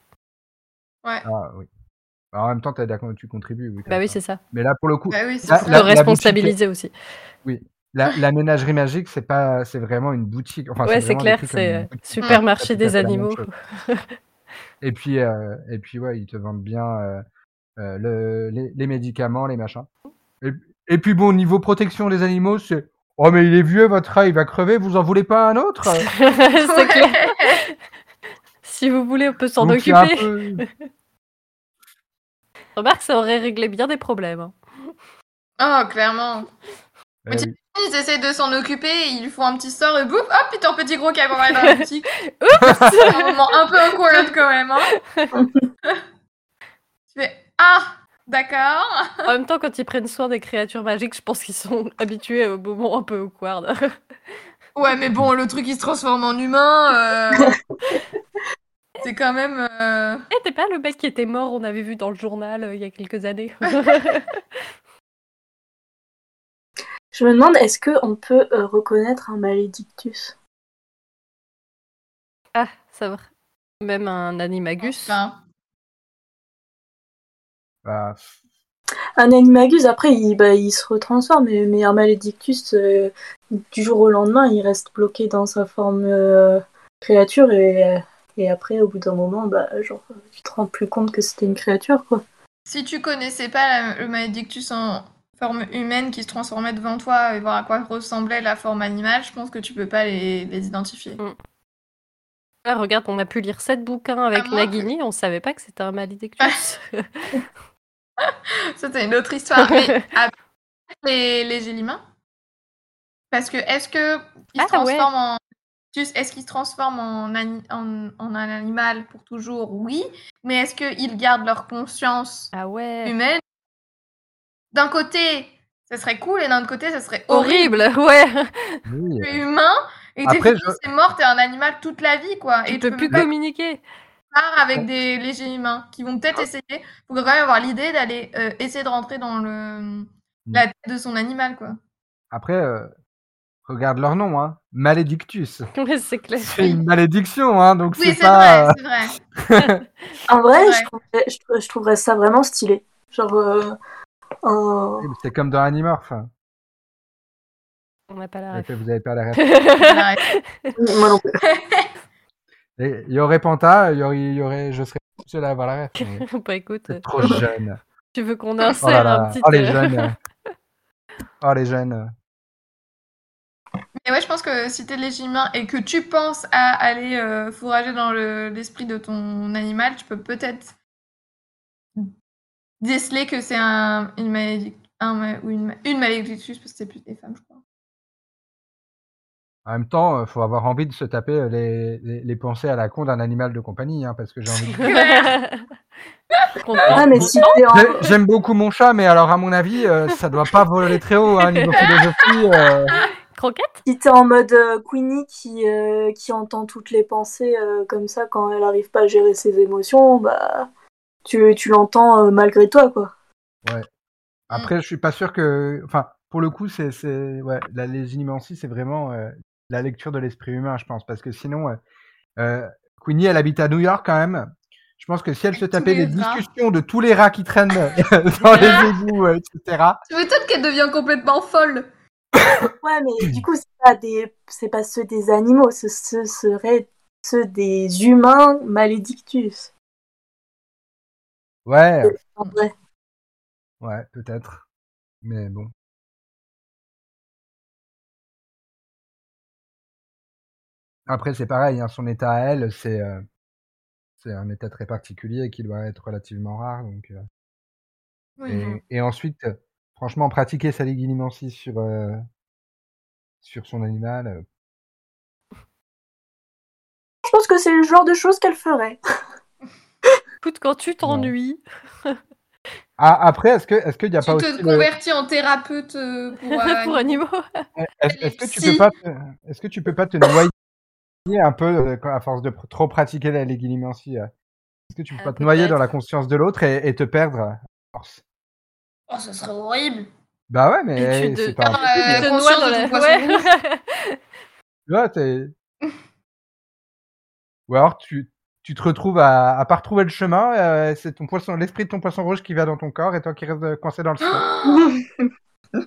[SPEAKER 4] Ouais.
[SPEAKER 2] Ah, oui. Alors, en même temps, t'as d'accord, tu contribues. Oui,
[SPEAKER 1] Bah oui,
[SPEAKER 2] comme ça.
[SPEAKER 1] c'est ça.
[SPEAKER 2] Mais là, pour le coup,
[SPEAKER 4] Bah oui, c'est
[SPEAKER 2] Ah, La-
[SPEAKER 4] ça.
[SPEAKER 1] Te responsabiliser aussi.
[SPEAKER 2] la, la ménagerie magique, c'est pas, c'est vraiment une boutique. Enfin,
[SPEAKER 1] ouais, c'est
[SPEAKER 2] vraiment
[SPEAKER 1] clair,
[SPEAKER 2] décrit comme
[SPEAKER 1] c'est
[SPEAKER 2] une
[SPEAKER 1] euh,
[SPEAKER 2] boutique.
[SPEAKER 1] supermarché
[SPEAKER 2] C'est tout à
[SPEAKER 1] des
[SPEAKER 2] fait la même
[SPEAKER 1] animaux.
[SPEAKER 2] chose. Et puis, euh, et puis, ouais, ils te vendent bien euh, euh, le- les, les médicaments, les machins. Et, et puis, bon, niveau protection des animaux, c'est. Oh, mais il est vieux, votre rat, il va crever, vous en voulez pas un autre
[SPEAKER 1] c'est
[SPEAKER 4] Ouais.
[SPEAKER 1] clair. Si vous voulez, on peut s'en
[SPEAKER 2] Donc, il y a un
[SPEAKER 1] occuper.
[SPEAKER 2] peu-
[SPEAKER 1] Remarque, ça aurait réglé bien des problèmes. hein.
[SPEAKER 4] Oh, clairement.
[SPEAKER 2] Eh oui.
[SPEAKER 4] Ils essaient de s'en occuper, ils lui font un petit sort et boum, hop, puis ton petit gros qui apparaît dans la boutique. C'est un moment un peu awkward quand même. Hein. tu fais Ah, d'accord.
[SPEAKER 1] En même temps, quand ils prennent soin des créatures magiques, je pense qu'ils sont habitués au moment un peu awkward. Eh,
[SPEAKER 4] Ouais, mais bon, le truc il se transforme en humain. euh, C'est quand même. euh,
[SPEAKER 1] Eh, t'es pas le mec qui était mort, on avait vu dans le journal euh, il y a quelques années.
[SPEAKER 3] Je me demande, est-ce qu'on peut euh, reconnaître un malédictus
[SPEAKER 1] ah, ça va. Même un animagus.
[SPEAKER 4] enfin,
[SPEAKER 2] Bah,
[SPEAKER 3] Un animagus, après, il, bah, il se retransforme, mais, mais un malédictus, euh, du jour au lendemain, il reste bloqué dans sa forme euh, créature, et, et après, au bout d'un moment, bah, genre, tu te rends plus compte que c'était une créature, quoi.
[SPEAKER 4] si tu connaissais pas la- le malédictus en forme humaine qui se transformait devant toi et voir à quoi ressemblait la forme animale, je pense que tu peux pas les, les identifier.
[SPEAKER 1] Là, Ah, regarde, on a pu lire sept bouquins avec
[SPEAKER 4] Ah, moi, Ah.
[SPEAKER 1] Nagini, on savait pas que c'était un malédictus.
[SPEAKER 4] Ça, c'est une autre histoire. Mais après, les, les gélimains Parce que est-ce que ils se
[SPEAKER 1] Ah, ouais.
[SPEAKER 4] transforment en. Juste, Est-ce qu'ils se transforment en, ani- en, en un animal pour toujours Oui. Mais est-ce qu'ils gardent leur conscience
[SPEAKER 1] ah ouais.
[SPEAKER 4] humaine D'un côté, ça serait cool, et d'un autre côté, ça serait horrible.
[SPEAKER 1] Horrible, ouais.
[SPEAKER 2] oui.
[SPEAKER 4] Tu es humain, et t'es
[SPEAKER 2] Après,
[SPEAKER 4] fini,
[SPEAKER 2] je-
[SPEAKER 4] c'est mort, t'es un animal toute la vie, quoi.
[SPEAKER 1] Tu
[SPEAKER 4] et
[SPEAKER 1] peux plus
[SPEAKER 4] même
[SPEAKER 1] communiquer.
[SPEAKER 4] part avec des légers humains qui vont
[SPEAKER 2] Ah.
[SPEAKER 4] peut-être essayer. Faut quand même avoir l'idée d'aller euh, essayer de rentrer dans
[SPEAKER 2] Mm.
[SPEAKER 4] le la tête de son animal, quoi.
[SPEAKER 2] Après, euh, regarde leur nom, hein. Malédictus.
[SPEAKER 1] Ouais, c'est clair.
[SPEAKER 2] C'est une malédiction, hein, donc
[SPEAKER 4] Oui,
[SPEAKER 2] c'est
[SPEAKER 4] c'est
[SPEAKER 2] pas.
[SPEAKER 4] vrai, c'est vrai.
[SPEAKER 3] En vrai,
[SPEAKER 4] Ouais.
[SPEAKER 3] je, trouverais, je- je trouverais ça vraiment stylé. Genre, euh, un-
[SPEAKER 2] euh, C'est comme dans Animorph. hein.
[SPEAKER 1] On n'a pas la
[SPEAKER 2] Et
[SPEAKER 1] ref.
[SPEAKER 2] que Vous avez pas la réponse.
[SPEAKER 4] C'est vrai.
[SPEAKER 3] moi non plus.
[SPEAKER 2] Et Il y aurait Panta, il y aurait, il y aurait... je serais tout seul à avoir la ref. mais
[SPEAKER 1] bah écoute,
[SPEAKER 2] C'est trop jeune.
[SPEAKER 1] tu veux qu'on
[SPEAKER 2] Oh là
[SPEAKER 1] insère
[SPEAKER 2] là.
[SPEAKER 1] un petit.
[SPEAKER 2] Oh les
[SPEAKER 1] euh,
[SPEAKER 2] jeunes. Oh les jeunes.
[SPEAKER 4] Mais ouais, je pense que si t'es léger humain et que tu penses à aller euh, fourrager dans le- l'esprit de ton animal, tu peux peut-être déceler que c'est un, une malédiction. Un, ma- ou une, ma- une malédiction, parce que c'est plus des femmes, je crois.
[SPEAKER 2] En même temps, il faut avoir envie de se taper euh, les, les, les pensées à la con d'un animal de compagnie, hein, parce que j'ai envie. De...
[SPEAKER 1] Qu'on-
[SPEAKER 3] Ah, mais si t'es en-
[SPEAKER 2] J'ai- J'aime beaucoup mon chat, mais alors à mon avis, euh, ça doit pas voler très haut hein, niveau philosophie. euh.
[SPEAKER 1] Croquette
[SPEAKER 3] si t'es en mode euh, Queenie qui, euh, qui entend toutes les pensées euh, comme ça quand elle arrive pas à gérer ses émotions, bah tu, tu l'entends euh, malgré toi quoi.
[SPEAKER 2] Après, je suis pas sûr que. Enfin, pour le coup, c'est, c'est... Ouais, la légitimancie, c'est vraiment euh, la lecture de l'esprit humain, je pense. Parce que sinon, euh, euh, Queenie, elle habite à New York quand même. Je pense que si elle se
[SPEAKER 4] Tous
[SPEAKER 2] tapait les,
[SPEAKER 4] les rats.
[SPEAKER 2] discussions de tous les rats qui traînent dans les égouts, euh, etc.
[SPEAKER 4] Tu m'étonnes qu'elle devient complètement folle.
[SPEAKER 3] Ouais mais du coup c'est pas des c'est pas ceux des animaux, ce, ce serait ceux des humains malédictus.
[SPEAKER 2] Ouais,
[SPEAKER 3] En vrai.
[SPEAKER 2] Ouais, peut-être. Mais bon. Après, c'est pareil, hein, son état à elle, c'est euh, c'est un état très particulier qui doit être relativement rare. Donc, euh,
[SPEAKER 4] Oui, non.
[SPEAKER 2] et, et ensuite, euh, franchement, pratiquer sa lignancy sur, euh, sur son animal, euh,
[SPEAKER 3] Je pense que c'est le genre de choses qu'elle ferait.
[SPEAKER 1] Écoute, quand tu t'ennuies,
[SPEAKER 2] Ah, après, est-ce que est-ce qu'il n'y a
[SPEAKER 4] Tu
[SPEAKER 2] pas
[SPEAKER 4] te
[SPEAKER 2] aussi euh, le-
[SPEAKER 4] convertis en thérapeute euh, pour. euh,
[SPEAKER 1] pour animaux,
[SPEAKER 2] est-ce,
[SPEAKER 4] les
[SPEAKER 2] est-ce que tu
[SPEAKER 4] psys.
[SPEAKER 2] peux pas te- est-ce que tu peux pas te noyer un peu euh, quand- à force de pr- trop pratiquer la légumineuse euh? Est-ce que tu peux
[SPEAKER 1] Ah,
[SPEAKER 2] pas te noyer dans
[SPEAKER 1] peut-être.
[SPEAKER 2] la conscience de l'autre et, et te perdre à force
[SPEAKER 4] Oh, ça serait horrible.
[SPEAKER 2] Bah ouais, mais
[SPEAKER 1] Tu te-
[SPEAKER 2] c'est pas
[SPEAKER 4] Non,
[SPEAKER 2] impossible.
[SPEAKER 4] euh,
[SPEAKER 1] tu te
[SPEAKER 4] conscience
[SPEAKER 1] noies dans
[SPEAKER 4] de
[SPEAKER 1] la...
[SPEAKER 4] ton poisson
[SPEAKER 1] Ouais.
[SPEAKER 2] Tu vois, t'es- Ou alors tu tu te retrouves à, à pas retrouver le chemin, euh, c'est ton poisson, l'esprit de ton poisson rouge qui va dans ton corps et toi qui restes euh,
[SPEAKER 1] Oh,
[SPEAKER 2] coincé dans le sol.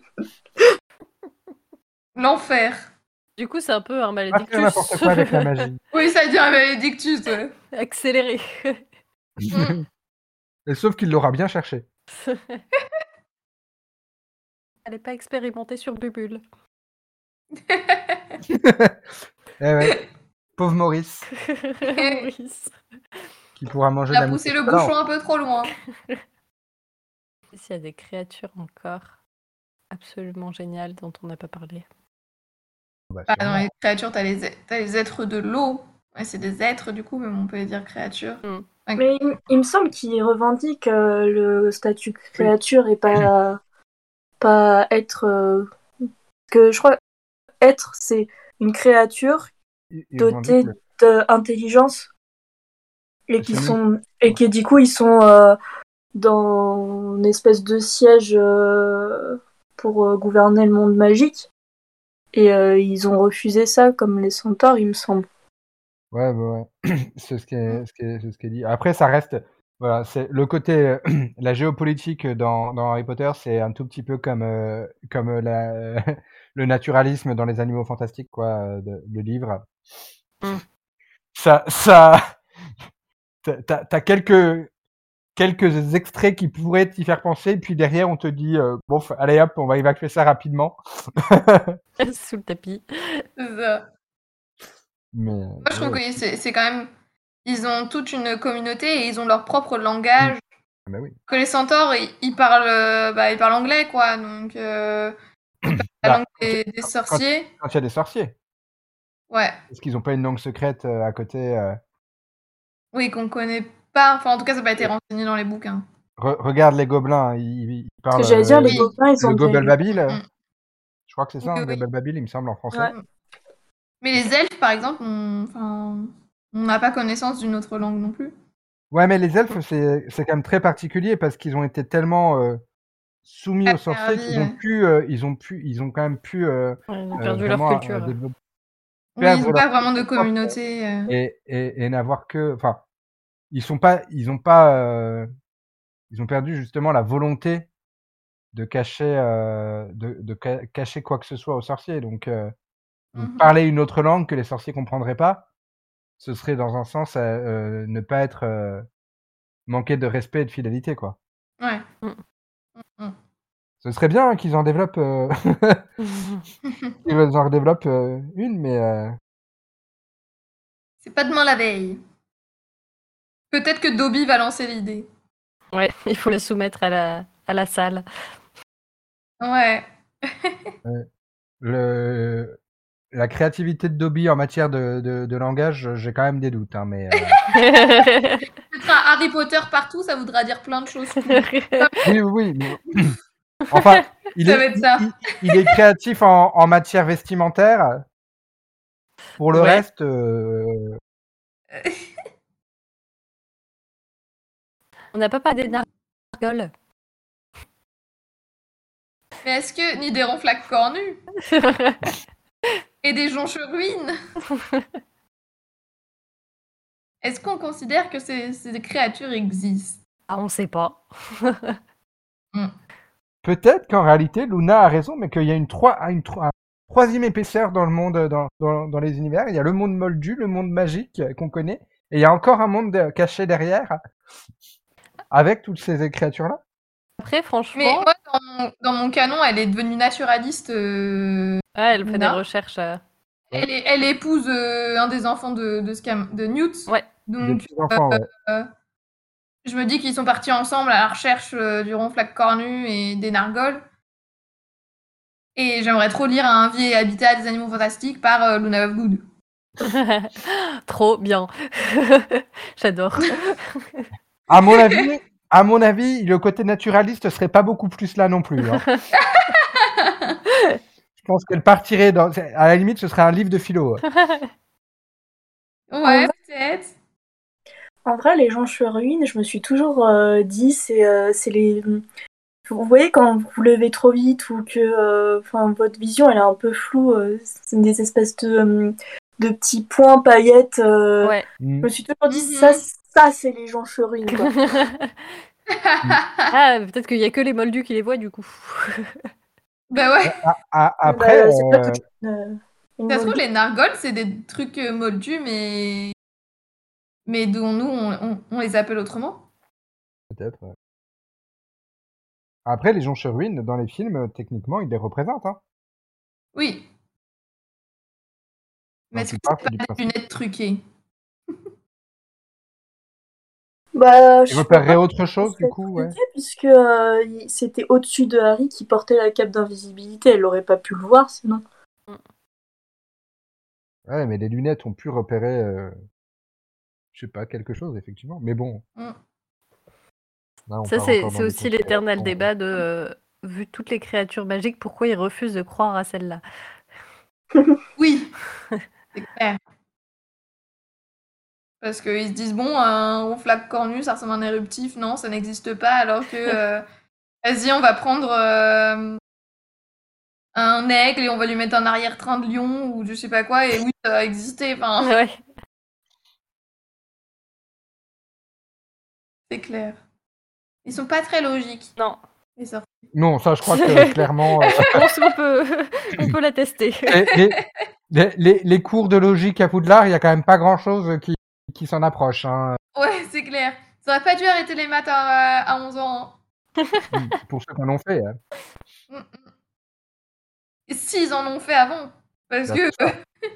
[SPEAKER 4] L'enfer.
[SPEAKER 1] Du coup, c'est un peu un
[SPEAKER 2] Pas faire n'importe
[SPEAKER 1] malédictus
[SPEAKER 2] quoi avec la magie.
[SPEAKER 4] Oui, ça devient un malédictus. ouais.
[SPEAKER 1] accéléré.
[SPEAKER 2] Et sauf qu'il l'aura bien cherché.
[SPEAKER 1] Elle n'est pas expérimentée sur Bubule.
[SPEAKER 2] Eh ouais. Pauvre Maurice.
[SPEAKER 1] Maurice.
[SPEAKER 2] qui pourra manger
[SPEAKER 4] Il
[SPEAKER 2] de
[SPEAKER 4] a
[SPEAKER 2] la
[SPEAKER 4] poussé le
[SPEAKER 2] moutarde. Alors,
[SPEAKER 4] bouchon un peu trop loin.
[SPEAKER 1] S'il y a des créatures encore absolument géniales dont on n'a pas parlé.
[SPEAKER 2] bah,
[SPEAKER 4] Bah,
[SPEAKER 2] sûrement.
[SPEAKER 4] dans les créatures, t'as les, t'as les êtres de l'eau. Ouais, c'est des êtres, du coup, même on peut les dire créatures.
[SPEAKER 3] Mais il, il me semble qu'il revendique euh, le statut créature et pas, pas être. euh, que je crois être, c'est une créature
[SPEAKER 2] Ils- ils vont
[SPEAKER 3] dotée
[SPEAKER 2] dire que-
[SPEAKER 3] d'intelligence euh, et qui
[SPEAKER 2] C'est
[SPEAKER 3] sont et qui du coup ils sont euh, dans une espèce de siège euh, pour euh, gouverner le monde magique et euh, ils ont refusé ça comme les centaures il me semble
[SPEAKER 2] Ouais, ouais, ouais. c'est ce qui
[SPEAKER 4] Hein.
[SPEAKER 2] est, ce qui est- c'est ce qui est dit. Après, ça reste. Voilà, c'est le côté. euh, la géopolitique dans, dans Harry Potter, c'est un tout petit peu comme, euh, comme euh, la, le naturalisme dans les animaux fantastiques, quoi, euh, de- le livre.
[SPEAKER 4] Hein.
[SPEAKER 1] Mm.
[SPEAKER 2] Ça. ça... t'as- T'as t'as quelques, quelques extraits qui pourraient t'y faire penser, puis derrière, on te dit euh, bon, allez hop, on va évacuer ça rapidement.
[SPEAKER 1] Sous le tapis.
[SPEAKER 4] C'est ça.
[SPEAKER 2] Mais,
[SPEAKER 4] Euh, Moi, je trouve
[SPEAKER 2] ouais,
[SPEAKER 4] que c'est c'est quand même. Ils ont toute une communauté et ils ont leur propre langage.
[SPEAKER 2] bah oui.
[SPEAKER 4] Que les centaures, ils, ils parlent, euh, bah, ils parlent anglais, quoi. Donc, euh, ils parlent la
[SPEAKER 2] Bah,
[SPEAKER 4] langue des, des sorciers.
[SPEAKER 2] Quand il y a des sorciers.
[SPEAKER 4] Ouais.
[SPEAKER 2] Est-ce qu'ils n'ont pas une langue secrète euh, à côté euh,
[SPEAKER 4] Oui, qu'on connaît pas. Enfin, en tout cas, ça n'a pas été renseigné dans les bouquins.
[SPEAKER 2] re- Regarde les gobelins, hein, ils, ils
[SPEAKER 3] parce
[SPEAKER 2] parlent.
[SPEAKER 3] que j'allais dire
[SPEAKER 2] euh,
[SPEAKER 3] les
[SPEAKER 4] oui.
[SPEAKER 3] copains ils
[SPEAKER 2] le
[SPEAKER 3] ont
[SPEAKER 2] gobel
[SPEAKER 3] des...
[SPEAKER 2] babil. euh,
[SPEAKER 4] Mm.
[SPEAKER 2] Je crois que c'est ça,
[SPEAKER 4] Oui,
[SPEAKER 2] hein,
[SPEAKER 4] oui.
[SPEAKER 2] gobel babil, il me semble en français.
[SPEAKER 3] Ouais.
[SPEAKER 4] Mais les elfes, par exemple, on enfin, on n'a pas connaissance d'une autre langue non plus.
[SPEAKER 2] Ouais, mais les elfes, c'est c'est quand même très particulier parce qu'ils ont été tellement euh, soumis aux sorciers
[SPEAKER 4] Asservis,
[SPEAKER 2] qu'ils ont
[SPEAKER 4] ouais.
[SPEAKER 2] pu, euh, ils ont pu, ils ont quand même pu euh,
[SPEAKER 1] Ils ont
[SPEAKER 2] euh,
[SPEAKER 1] perdu leur
[SPEAKER 2] vraiment, euh,
[SPEAKER 1] culture.
[SPEAKER 2] développer-
[SPEAKER 4] Oui, ils n'ont
[SPEAKER 2] Perdre
[SPEAKER 4] pas
[SPEAKER 2] leur-
[SPEAKER 4] vraiment de communauté. euh.
[SPEAKER 2] et, et, et n'avoir que, enfin, ils sont pas, ils ont pas, euh, ils ont perdu justement la volonté de cacher, euh, de, de ca- cacher quoi que ce soit aux sorciers. Donc, euh, donc
[SPEAKER 4] Mhm.
[SPEAKER 2] parler une autre langue que les sorciers comprendraient pas, ce serait dans un sens euh, euh, ne pas être euh, manquer de respect et de fidélité, quoi.
[SPEAKER 4] Ouais.
[SPEAKER 2] Ce serait bien hein, qu'ils en développent, euh, qu'ils en redéveloppent euh, une, mais euh,
[SPEAKER 4] C'est pas demain la veille. Peut-être que Dobby va lancer l'idée.
[SPEAKER 1] ouais, il faut le soumettre à la, à la salle.
[SPEAKER 4] Ouais.
[SPEAKER 2] le la créativité de Dobby en matière de, de, de langage, j'ai quand même des doutes, hein, mais. euh,
[SPEAKER 4] Mettre un Harry Potter partout, ça voudra dire plein de choses.
[SPEAKER 2] Oui, oui, oui. mais- Enfin, il,
[SPEAKER 4] Ça
[SPEAKER 2] est,
[SPEAKER 4] va être ça.
[SPEAKER 2] il- il- il est créatif en, en matière vestimentaire. Pour le
[SPEAKER 1] Ouais.
[SPEAKER 2] reste, euh,
[SPEAKER 1] on n'a pas parlé des nargoles.
[SPEAKER 4] Mais est-ce que ni des ronflacs cornus et des joncheruines Est-ce qu'on considère que ces, ces créatures existent
[SPEAKER 1] ah, on sait pas.
[SPEAKER 2] peut-être qu'en réalité, Luna a raison, mais qu'il y a une, trois, une trois- un troisième épaisseur dans le monde, dans, dans- dans les univers. Il y a le monde moldu, le monde magique euh, qu'on connaît, et il y a encore un monde euh, caché derrière, avec toutes ces créatures-là.
[SPEAKER 1] Après, franchement,
[SPEAKER 4] Mais moi, dans mon, dans mon canon, elle est devenue naturaliste. euh,
[SPEAKER 1] ouais, elle fait des
[SPEAKER 4] Non.
[SPEAKER 1] recherches. euh,
[SPEAKER 4] Elle, est- elle épouse euh, un des enfants de, de, Scam, de Newt.
[SPEAKER 1] Ouais.
[SPEAKER 2] Des
[SPEAKER 4] Donc,
[SPEAKER 2] petits enfants,
[SPEAKER 4] Euh,
[SPEAKER 2] euh, ouais.
[SPEAKER 4] je me dis qu'ils sont partis ensemble à la recherche euh, du ronflac cornu et des nargoles. Et j'aimerais trop lire Un vie et habitat des animaux fantastiques par euh, Luna Lovegood.
[SPEAKER 1] Trop bien. J'adore.
[SPEAKER 2] À mon avis, à mon avis, le côté naturaliste serait pas beaucoup plus là non plus. hein. Je pense qu'elle partirait dans. À la limite, ce serait un livre de philo.
[SPEAKER 4] Ouais, peut-être.
[SPEAKER 3] En vrai, les gens sur ruine, je me suis toujours euh, dit, c'est euh, c'est les. Vous voyez, quand vous levez trop vite ou que euh, enfin, votre vision elle est un peu floue, euh, c'est des espèces de, euh, de petits points paillettes. euh,
[SPEAKER 1] Ouais.
[SPEAKER 2] Mm.
[SPEAKER 3] Je me suis toujours dit,
[SPEAKER 4] Mhm.
[SPEAKER 3] ça, ça c'est les gens sur ruine. quoi.
[SPEAKER 1] ah, peut-être qu'il y a que les moldus qui les voient du coup.
[SPEAKER 4] Bah ouais.
[SPEAKER 2] Ah, après,
[SPEAKER 3] Bah, c'est pas
[SPEAKER 2] euh,
[SPEAKER 3] toute une- une
[SPEAKER 4] Ça se trouve,
[SPEAKER 3] mauvaise-
[SPEAKER 4] les nargoles, c'est des trucs euh, moldus, mais. Mais dont nous, on, on- on les appelle autrement.
[SPEAKER 2] peut-être. ouais. Après, les gens sur ruine, dans les films, euh, techniquement, ils les représentent. Hein.
[SPEAKER 4] Oui.
[SPEAKER 2] Dans
[SPEAKER 4] Mais est-ce que
[SPEAKER 2] plupart,
[SPEAKER 4] c'est
[SPEAKER 2] c'est du
[SPEAKER 4] pas des
[SPEAKER 2] principe.
[SPEAKER 4] lunettes truquées
[SPEAKER 3] Bah,
[SPEAKER 2] Ils
[SPEAKER 3] je
[SPEAKER 2] repéreraient autre chose, du
[SPEAKER 3] c'est
[SPEAKER 2] coup. Ouais.
[SPEAKER 3] compliqué, Puisque euh, il- c'était au-dessus de Harry qui portait la cape d'invisibilité, elle aurait pas pu le voir sinon.
[SPEAKER 2] Ouais, mais les lunettes ont pu repérer, euh, je sais pas, quelque chose, effectivement. Mais bon.
[SPEAKER 4] Mm.
[SPEAKER 2] Là, on
[SPEAKER 1] Ça,
[SPEAKER 2] part
[SPEAKER 1] c'est
[SPEAKER 2] encore dans euh,
[SPEAKER 1] c'est
[SPEAKER 2] les
[SPEAKER 1] aussi l'éternel
[SPEAKER 2] conspirations.
[SPEAKER 1] débat de euh, vu toutes les créatures magiques, pourquoi ils refusent de croire à celle-là
[SPEAKER 4] Oui. c'est clair. Parce qu'ils se disent, bon, un ronflac cornu, ça ressemble à un éruptif. Non, ça n'existe pas. Alors que. euh, Vas-y, on va prendre. euh, Un aigle et on va lui mettre un arrière-train de lion ou je sais pas quoi, et oui, ça va exister. Enfin,
[SPEAKER 1] Ouais.
[SPEAKER 4] c'est clair. Ils sont pas très logiques,
[SPEAKER 1] Non,
[SPEAKER 4] les sorciers.
[SPEAKER 2] Non, ça, je crois que clairement, euh,
[SPEAKER 1] je pense qu'on peut, on peut la tester.
[SPEAKER 2] les, les- les- les- les cours de logique à Poudlard, il y a quand même pas grand-chose qui, qui s'en approche. hein.
[SPEAKER 4] Ouais, c'est clair. Ça aurait pas dû arrêter les maths à, à 11 ans.
[SPEAKER 2] pour ceux qui en ont fait. hein.
[SPEAKER 4] hein. Mm, mm. Et S'ils en ont fait avant. Parce
[SPEAKER 2] Bah,
[SPEAKER 4] que,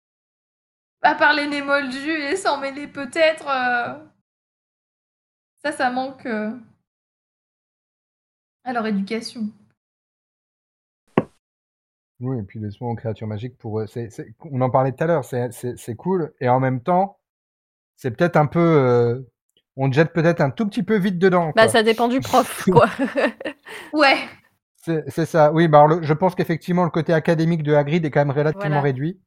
[SPEAKER 4] à part les némoldus et sans mêler peut-être, euh, ça, ça manque euh, à leur éducation.
[SPEAKER 2] Oui, et puis les soins en créatures magiques, pour eux, c'est- c'est- on en parlait tout à l'heure, c'est- c'est c'est cool. Et en même temps, c'est peut-être un peu. euh, on te jette peut-être un tout petit peu vite dedans.
[SPEAKER 1] Bah,
[SPEAKER 2] quoi.
[SPEAKER 1] ça dépend du prof, quoi.
[SPEAKER 4] Ouais,
[SPEAKER 2] C'est c'est ça, oui. Bah alors le- je pense qu'effectivement, le côté académique de Hagrid est quand même relativement
[SPEAKER 1] Voilà.
[SPEAKER 2] réduit.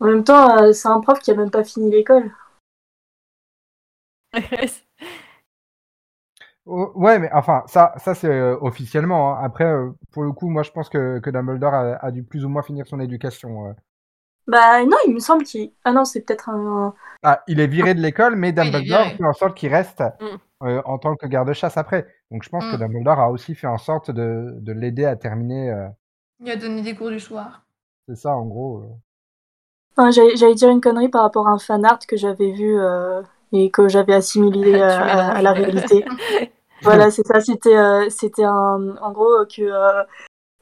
[SPEAKER 3] En même temps, euh, c'est un prof qui a même pas fini l'école.
[SPEAKER 2] Oh, ouais, mais enfin, ça, ça c'est euh, officiellement. hein. Après, euh, pour le coup, moi, je pense que, que Dumbledore a, a dû plus ou moins finir son éducation. euh.
[SPEAKER 3] Bah non, il me semble qu'il. Ah non, c'est peut-être un.
[SPEAKER 2] Ah, il est viré de l'école, mais
[SPEAKER 4] Ah, il est
[SPEAKER 2] Dumbledore
[SPEAKER 4] viré.
[SPEAKER 2] fait en sorte qu'il reste
[SPEAKER 1] Mm.
[SPEAKER 2] euh, en tant que garde-chasse après. Donc, je pense que
[SPEAKER 4] Mm.
[SPEAKER 2] Dumbledore a aussi fait en sorte de, de l'aider à terminer. euh,
[SPEAKER 4] il a donné des cours du soir.
[SPEAKER 2] c'est ça, en gros. euh.
[SPEAKER 3] Non, J'allais j'allais dire une connerie par rapport à un fan art que j'avais vu euh, et que j'avais assimilé
[SPEAKER 1] Tu
[SPEAKER 3] euh, à,
[SPEAKER 1] mélanges.
[SPEAKER 3] à la réalité. voilà, c'est ça. C'était euh, c'était un en gros euh, que euh,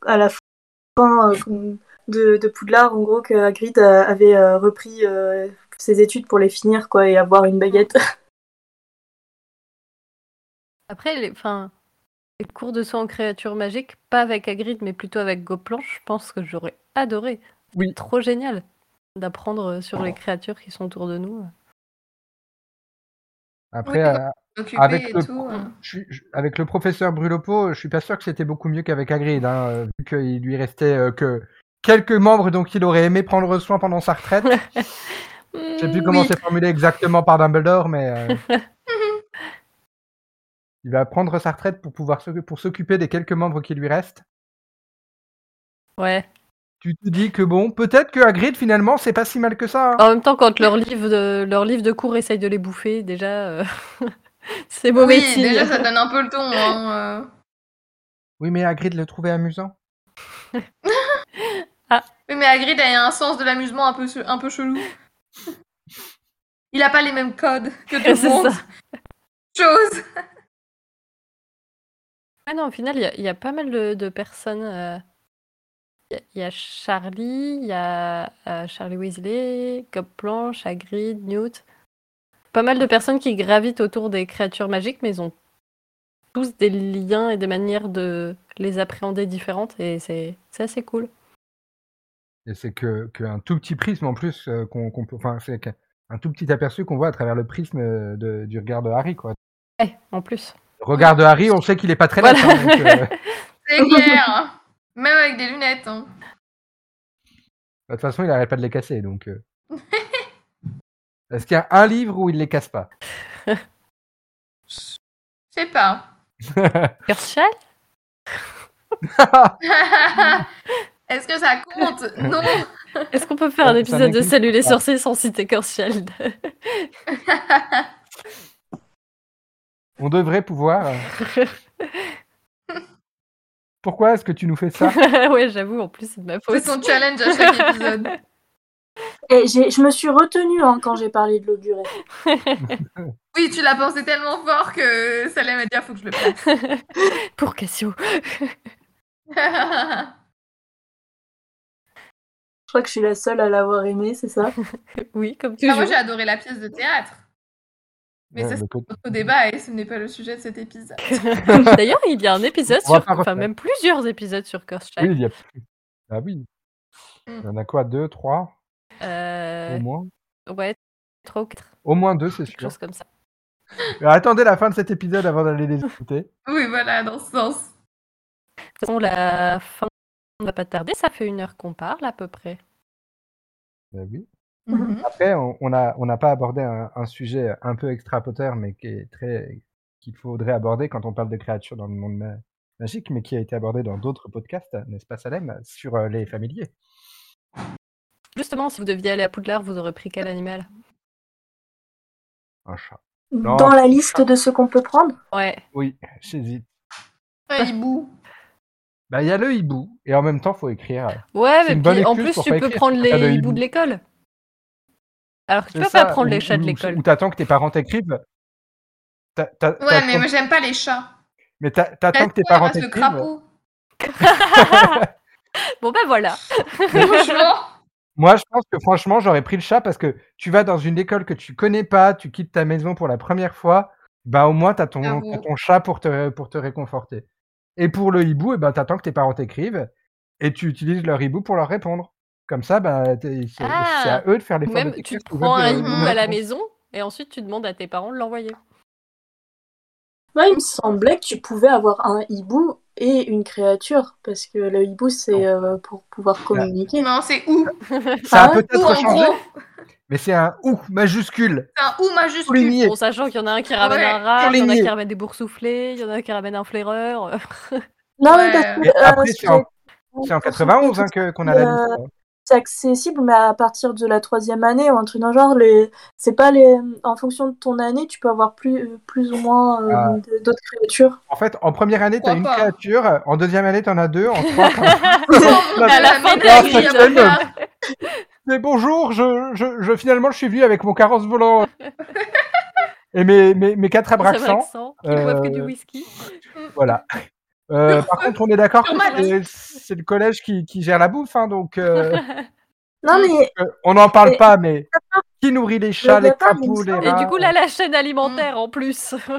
[SPEAKER 3] à la fin euh, de, de Poudlard, en gros que Hagrid euh, avait euh, repris euh, ses études pour les finir quoi et avoir une baguette.
[SPEAKER 1] Après, les, enfin, les cours de soins en créatures magiques, pas avec Hagrid, mais plutôt avec Goplan, je pense que j'aurais adoré.
[SPEAKER 2] Oui.
[SPEAKER 1] Trop génial d'apprendre euh, sur les créatures qui sont autour de nous.
[SPEAKER 2] Après,
[SPEAKER 4] Oui,
[SPEAKER 2] euh,
[SPEAKER 4] Occupé
[SPEAKER 2] Avec
[SPEAKER 4] et
[SPEAKER 2] le-
[SPEAKER 4] tout. euh.
[SPEAKER 2] je suis- je- avec le professeur Brulopo, je suis pas sûr que c'était beaucoup mieux qu'avec Hagrid, hein, euh, vu qu'il lui restait euh, que quelques membres dont il aurait aimé prendre soin pendant sa retraite. Je sais plus
[SPEAKER 1] Mm,
[SPEAKER 2] comment
[SPEAKER 4] oui.
[SPEAKER 2] c'est formulé exactement par Dumbledore, mais euh, il va prendre sa retraite pour pouvoir s'oc- pour s'occuper des quelques membres qui lui restent.
[SPEAKER 1] Ouais.
[SPEAKER 2] Tu te dis que bon, peut-être que Hagrid finalement c'est pas si mal que ça. hein.
[SPEAKER 1] En même temps, quand leur livre de, leur livre de cours essaye de les bouffer, déjà, euh, c'est mauvais
[SPEAKER 4] oui,
[SPEAKER 1] signe.
[SPEAKER 4] déjà, ça donne un peu le ton. hein, euh.
[SPEAKER 2] Oui, mais Hagrid le trouvait amusant.
[SPEAKER 4] Oui, mais Hagrid a un sens de l'amusement un peu, che- un peu chelou. Il a pas les mêmes codes que tout
[SPEAKER 1] C'est
[SPEAKER 4] le monde.
[SPEAKER 1] ça.
[SPEAKER 4] Chose.
[SPEAKER 1] Ouais, Ah non, au final, il y a- il y, a pas mal de, de personnes. euh, Il y, a- il y a Charlie, il y a euh, Charlie Weasley, Cop Planche, Hagrid, Newt. Pas mal de personnes qui gravitent autour des créatures magiques, mais ils ont tous des liens et des manières de les appréhender différentes, et c'est c'est assez cool.
[SPEAKER 2] Et c'est que qu'un tout petit prisme en plus euh, qu'on qu'on peut. Enfin, c'est qu'un- un tout petit aperçu qu'on voit à travers le prisme euh, de- du regard de Harry, quoi.
[SPEAKER 1] Ouais, Eh, en plus.
[SPEAKER 2] Le regard de Harry, on sait qu'il est pas très net.
[SPEAKER 1] Voilà.
[SPEAKER 2] hein, donc, euh,
[SPEAKER 4] C'est clair. Même avec des lunettes. hein.
[SPEAKER 2] De toute façon, il n'arrête pas de les casser, donc. euh. Est-ce qu'il y a un livre où il les casse pas
[SPEAKER 4] Je sais pas.
[SPEAKER 1] Herschel
[SPEAKER 4] Est-ce que ça compte Non.
[SPEAKER 1] Est-ce qu'on peut faire un
[SPEAKER 2] Ça
[SPEAKER 1] épisode de
[SPEAKER 2] m'écoute
[SPEAKER 1] Salut les
[SPEAKER 2] pas.
[SPEAKER 1] sorciers sans citer Herschel
[SPEAKER 2] On devrait pouvoir. euh. Pourquoi est-ce que tu nous fais ça Euh,
[SPEAKER 1] Ah Ouais, j'avoue, en plus, c'est de ma faute.
[SPEAKER 4] C'est son challenge à chaque épisode.
[SPEAKER 3] Et j'ai- je me suis retenue hein, quand j'ai parlé de l'auguret.
[SPEAKER 4] Oui, tu l'as pensé tellement fort que ça m'a dit, ah, faut que je le fasse.
[SPEAKER 1] Pour Cassio.
[SPEAKER 3] Je crois que je suis la seule à l'avoir aimé, c'est ça
[SPEAKER 1] Oui, comme
[SPEAKER 4] Ah,
[SPEAKER 1] toujours.
[SPEAKER 4] moi, j'ai adoré la pièce de théâtre. Mais
[SPEAKER 2] Ouais,
[SPEAKER 4] ça, c'est
[SPEAKER 2] le côté-
[SPEAKER 4] notre débat et ce n'est pas le sujet de cet épisode.
[SPEAKER 1] D'ailleurs, il y a un épisode
[SPEAKER 2] On va
[SPEAKER 1] sur.
[SPEAKER 2] pas
[SPEAKER 1] Enfin,
[SPEAKER 2] refaire.
[SPEAKER 1] même plusieurs épisodes sur Curse
[SPEAKER 2] Oui,
[SPEAKER 1] Child.
[SPEAKER 2] il y a. Ah oui. Il y en a quoi Deux, trois
[SPEAKER 1] Euh,
[SPEAKER 2] Au moins
[SPEAKER 1] ouais, trois ou quatre,
[SPEAKER 2] Au moins deux, c'est
[SPEAKER 1] quelque
[SPEAKER 2] sûr.
[SPEAKER 1] chose comme ça.
[SPEAKER 2] Alors, attendez la fin de cet épisode avant d'aller les écouter.
[SPEAKER 4] Oui, voilà, dans ce sens.
[SPEAKER 1] De toute façon, la fin ne va pas tarder. Ça fait une heure qu'on parle à peu près.
[SPEAKER 2] Ah oui.
[SPEAKER 4] Mhm.
[SPEAKER 2] Après, on on a- on n'a pas abordé un, un sujet un peu extrapoteur, mais qui est très qu'il faudrait aborder quand on parle de créatures dans le monde ma- magique, mais qui a été abordé dans d'autres podcasts, n'est-ce pas Salem, sur euh, les familiers.
[SPEAKER 1] Justement, si vous deviez aller à Poudlard, vous aurez pris quel animal
[SPEAKER 2] Un chat. Non.
[SPEAKER 3] Dans la liste de ce qu'on peut prendre
[SPEAKER 1] Ouais.
[SPEAKER 2] Oui, j'hésite.
[SPEAKER 4] Un hibou.
[SPEAKER 2] Bah, il y a le hibou, et en même temps, faut écrire. euh,
[SPEAKER 1] Ouais,
[SPEAKER 2] C'est
[SPEAKER 1] mais
[SPEAKER 2] une bonne
[SPEAKER 1] puis, en
[SPEAKER 2] excuse
[SPEAKER 1] plus,
[SPEAKER 2] pour
[SPEAKER 1] tu
[SPEAKER 2] pas
[SPEAKER 1] peux
[SPEAKER 2] écrire,
[SPEAKER 1] prendre
[SPEAKER 2] t'as pas de
[SPEAKER 1] les hiboux
[SPEAKER 2] hibou.
[SPEAKER 1] de l'école. Alors que tu
[SPEAKER 2] c'est
[SPEAKER 1] peux
[SPEAKER 2] ça,
[SPEAKER 1] pas prendre
[SPEAKER 2] ou-
[SPEAKER 1] les chats de
[SPEAKER 2] ou-
[SPEAKER 1] l'école.
[SPEAKER 2] Ou t'attends que tes parents t'écrivent. T'a- t'a-
[SPEAKER 4] Ouais,
[SPEAKER 2] t'attends-
[SPEAKER 4] mais moi, j'aime pas les chats.
[SPEAKER 2] mais t'a- t'attends
[SPEAKER 4] Parce
[SPEAKER 2] que tes parents
[SPEAKER 4] le
[SPEAKER 2] t'écrivent.
[SPEAKER 4] crapaud.
[SPEAKER 1] Bon, ben voilà.
[SPEAKER 4] Franchement.
[SPEAKER 2] Moi, je pense que franchement, j'aurais pris le chat parce que tu vas dans une école que tu connais pas, tu quittes ta maison pour la première fois, bah au moins t'as ton,
[SPEAKER 4] J'avoue.
[SPEAKER 2] t'as ton chat pour te, pour te réconforter. Et pour le hibou, eh ben, t'attends que tes parents t'écrivent et tu utilises leur hibou pour leur répondre. Comme ça, bah, t'es- c'est
[SPEAKER 1] Ah.
[SPEAKER 2] c'est à eux de faire les
[SPEAKER 1] Ou même, tu prends un hibou à la maison et ensuite, tu demandes à tes parents de l'envoyer.
[SPEAKER 3] Ouais, il me semblait que tu pouvais avoir un hibou et une créature, parce que le hibou, c'est euh, pour pouvoir communiquer.
[SPEAKER 4] Non, c'est ou.
[SPEAKER 2] Ça a
[SPEAKER 3] Ah,
[SPEAKER 4] Ou
[SPEAKER 2] peut-être
[SPEAKER 4] en
[SPEAKER 2] changé,
[SPEAKER 4] gros.
[SPEAKER 2] mais c'est un ou majuscule.
[SPEAKER 4] C'est un ou majuscule.
[SPEAKER 2] Souligné.
[SPEAKER 1] Bon, sachant qu'il y en a un qui ramène
[SPEAKER 4] Ouais,
[SPEAKER 1] un rat, il y en a un
[SPEAKER 2] souligné.
[SPEAKER 1] qui ramène des boursouflés, il y en a un qui ramène un flaireur. euh,
[SPEAKER 3] Non,
[SPEAKER 4] Ouais.
[SPEAKER 3] mais parce que,
[SPEAKER 2] Et
[SPEAKER 3] euh,
[SPEAKER 2] après, c'est en,
[SPEAKER 3] j'ai-
[SPEAKER 2] c'est en 91 hein, que- qu'on a la
[SPEAKER 3] Euh,
[SPEAKER 2] liste. hein.
[SPEAKER 3] c'est accessible, mais à partir de la troisième année ou un truc dans le genre, les... c'est pas les... en fonction de ton année, tu peux avoir plus, plus ou moins euh,
[SPEAKER 2] Ah.
[SPEAKER 3] de- d'autres créatures.
[SPEAKER 2] En fait, en première année, t'as
[SPEAKER 4] Pourquoi
[SPEAKER 2] une
[SPEAKER 4] pas
[SPEAKER 2] créature, en deuxième année, t'en as deux, en trois, t'en as-
[SPEAKER 4] Mais
[SPEAKER 1] à la
[SPEAKER 4] la
[SPEAKER 1] fin de
[SPEAKER 4] médaille,
[SPEAKER 2] la
[SPEAKER 4] il y a
[SPEAKER 2] semaine.
[SPEAKER 4] pas de-
[SPEAKER 2] Mais bonjour, je, je, je- finalement je suis venu avec mon carrosse volant et mes, mes, mes quatre abraxans.
[SPEAKER 1] Ils boivent que du
[SPEAKER 2] euh,
[SPEAKER 1] whisky.
[SPEAKER 2] Voilà. Euh, par contre, on est d'accord que
[SPEAKER 4] Normal,
[SPEAKER 2] c'est- c'est le collège qui, qui gère la bouffe, hein, donc euh,
[SPEAKER 3] Non, mais
[SPEAKER 2] euh, on n'en parle
[SPEAKER 3] Mais-
[SPEAKER 2] pas, mais qui nourrit les chats, les
[SPEAKER 3] d'accord, mais il me
[SPEAKER 2] crapauds, les
[SPEAKER 3] semble-
[SPEAKER 1] Et
[SPEAKER 2] rats euh,
[SPEAKER 1] du coup, là, la chaîne alimentaire en plus.
[SPEAKER 3] euh,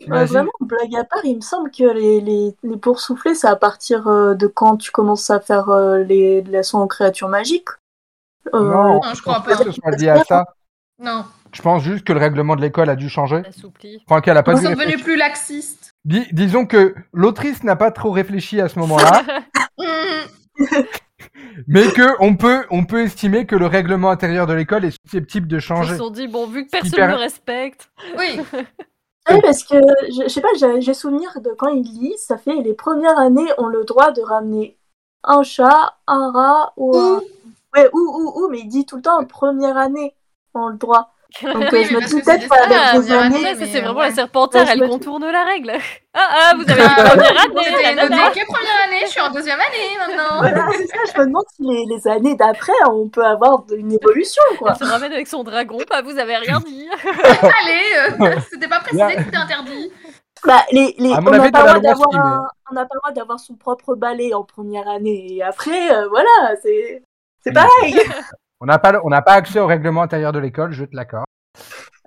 [SPEAKER 2] t'imagines
[SPEAKER 3] vraiment, blague à part, il me semble que les, les, les boursouflés, c'est à partir euh, de quand tu commences à faire euh, les les leçons aux créatures magiques. Euh,
[SPEAKER 2] Non,
[SPEAKER 4] Non, je crois
[SPEAKER 2] pense
[SPEAKER 4] pas.
[SPEAKER 2] que ce soit lié à ça.
[SPEAKER 4] Non,
[SPEAKER 2] Je pense juste que le règlement de l'école a dû changer.
[SPEAKER 1] Assoupli.
[SPEAKER 2] Franck, elle a pas
[SPEAKER 4] ils
[SPEAKER 2] dû
[SPEAKER 4] sont
[SPEAKER 2] réfléchir.
[SPEAKER 4] devenus plus laxistes.
[SPEAKER 2] Dis- disons que l'autrice n'a pas trop réfléchi à ce moment-là.
[SPEAKER 4] Mhm.
[SPEAKER 2] mais que on peut, on peut estimer que le règlement intérieur de l'école est susceptible de
[SPEAKER 1] Ils se
[SPEAKER 2] changer.
[SPEAKER 1] sont dit, bon, vu que
[SPEAKER 2] Ce qui
[SPEAKER 1] personne ne
[SPEAKER 2] per-
[SPEAKER 1] respecte.
[SPEAKER 4] Oui,
[SPEAKER 3] Oui, parce que je, je sais pas, j'ai- j'ai souvenir de quand ils lisent, ça fait les premières années ont le droit de ramener un chat, un rat ou un...
[SPEAKER 4] ou Mmh.
[SPEAKER 3] Ouais, ou, ou, ou, mais il dit tout le temps première année ont le droit. Donc
[SPEAKER 4] Oui,
[SPEAKER 3] euh,
[SPEAKER 4] mais
[SPEAKER 3] je me
[SPEAKER 4] parce
[SPEAKER 3] dis
[SPEAKER 4] que c'est
[SPEAKER 3] peut-être pour
[SPEAKER 4] des stars,
[SPEAKER 3] avec des
[SPEAKER 4] on dirait
[SPEAKER 3] années.
[SPEAKER 4] des-
[SPEAKER 1] Ouais, Ah, bah, ça,
[SPEAKER 4] mais,
[SPEAKER 1] c'est
[SPEAKER 4] euh,
[SPEAKER 1] vraiment
[SPEAKER 4] ouais.
[SPEAKER 1] la serpentaire,
[SPEAKER 3] Moi, je
[SPEAKER 1] elle
[SPEAKER 3] me-
[SPEAKER 1] contourne la règle. Ah ah, vous avez une
[SPEAKER 4] Ah,
[SPEAKER 1] première année, la
[SPEAKER 4] C'était
[SPEAKER 1] nana.
[SPEAKER 4] que première année, je suis en deuxième année maintenant.
[SPEAKER 3] Voilà, c'est ça, je me demande si les, les années d'après, on peut avoir une évolution, quoi.
[SPEAKER 1] Elle se ramène avec son dragon, bah vous avez rien dit.
[SPEAKER 4] Allez, euh, c'était pas précisé que c'était interdit.
[SPEAKER 3] Bah, les, les-
[SPEAKER 2] À
[SPEAKER 3] on
[SPEAKER 2] mon
[SPEAKER 3] n'a
[SPEAKER 2] avis,
[SPEAKER 3] pas,
[SPEAKER 2] t'as la
[SPEAKER 3] le droit
[SPEAKER 2] loi
[SPEAKER 3] d'avoir
[SPEAKER 2] Steam.
[SPEAKER 3] un- on n'a pas le droit d'avoir son propre balai en première année. Et après, euh, voilà, c'est c'est
[SPEAKER 2] Oui.
[SPEAKER 3] pareil.
[SPEAKER 2] On n'a pas, le- on n'a pas accès au règlement intérieur de l'école, je te l'accorde.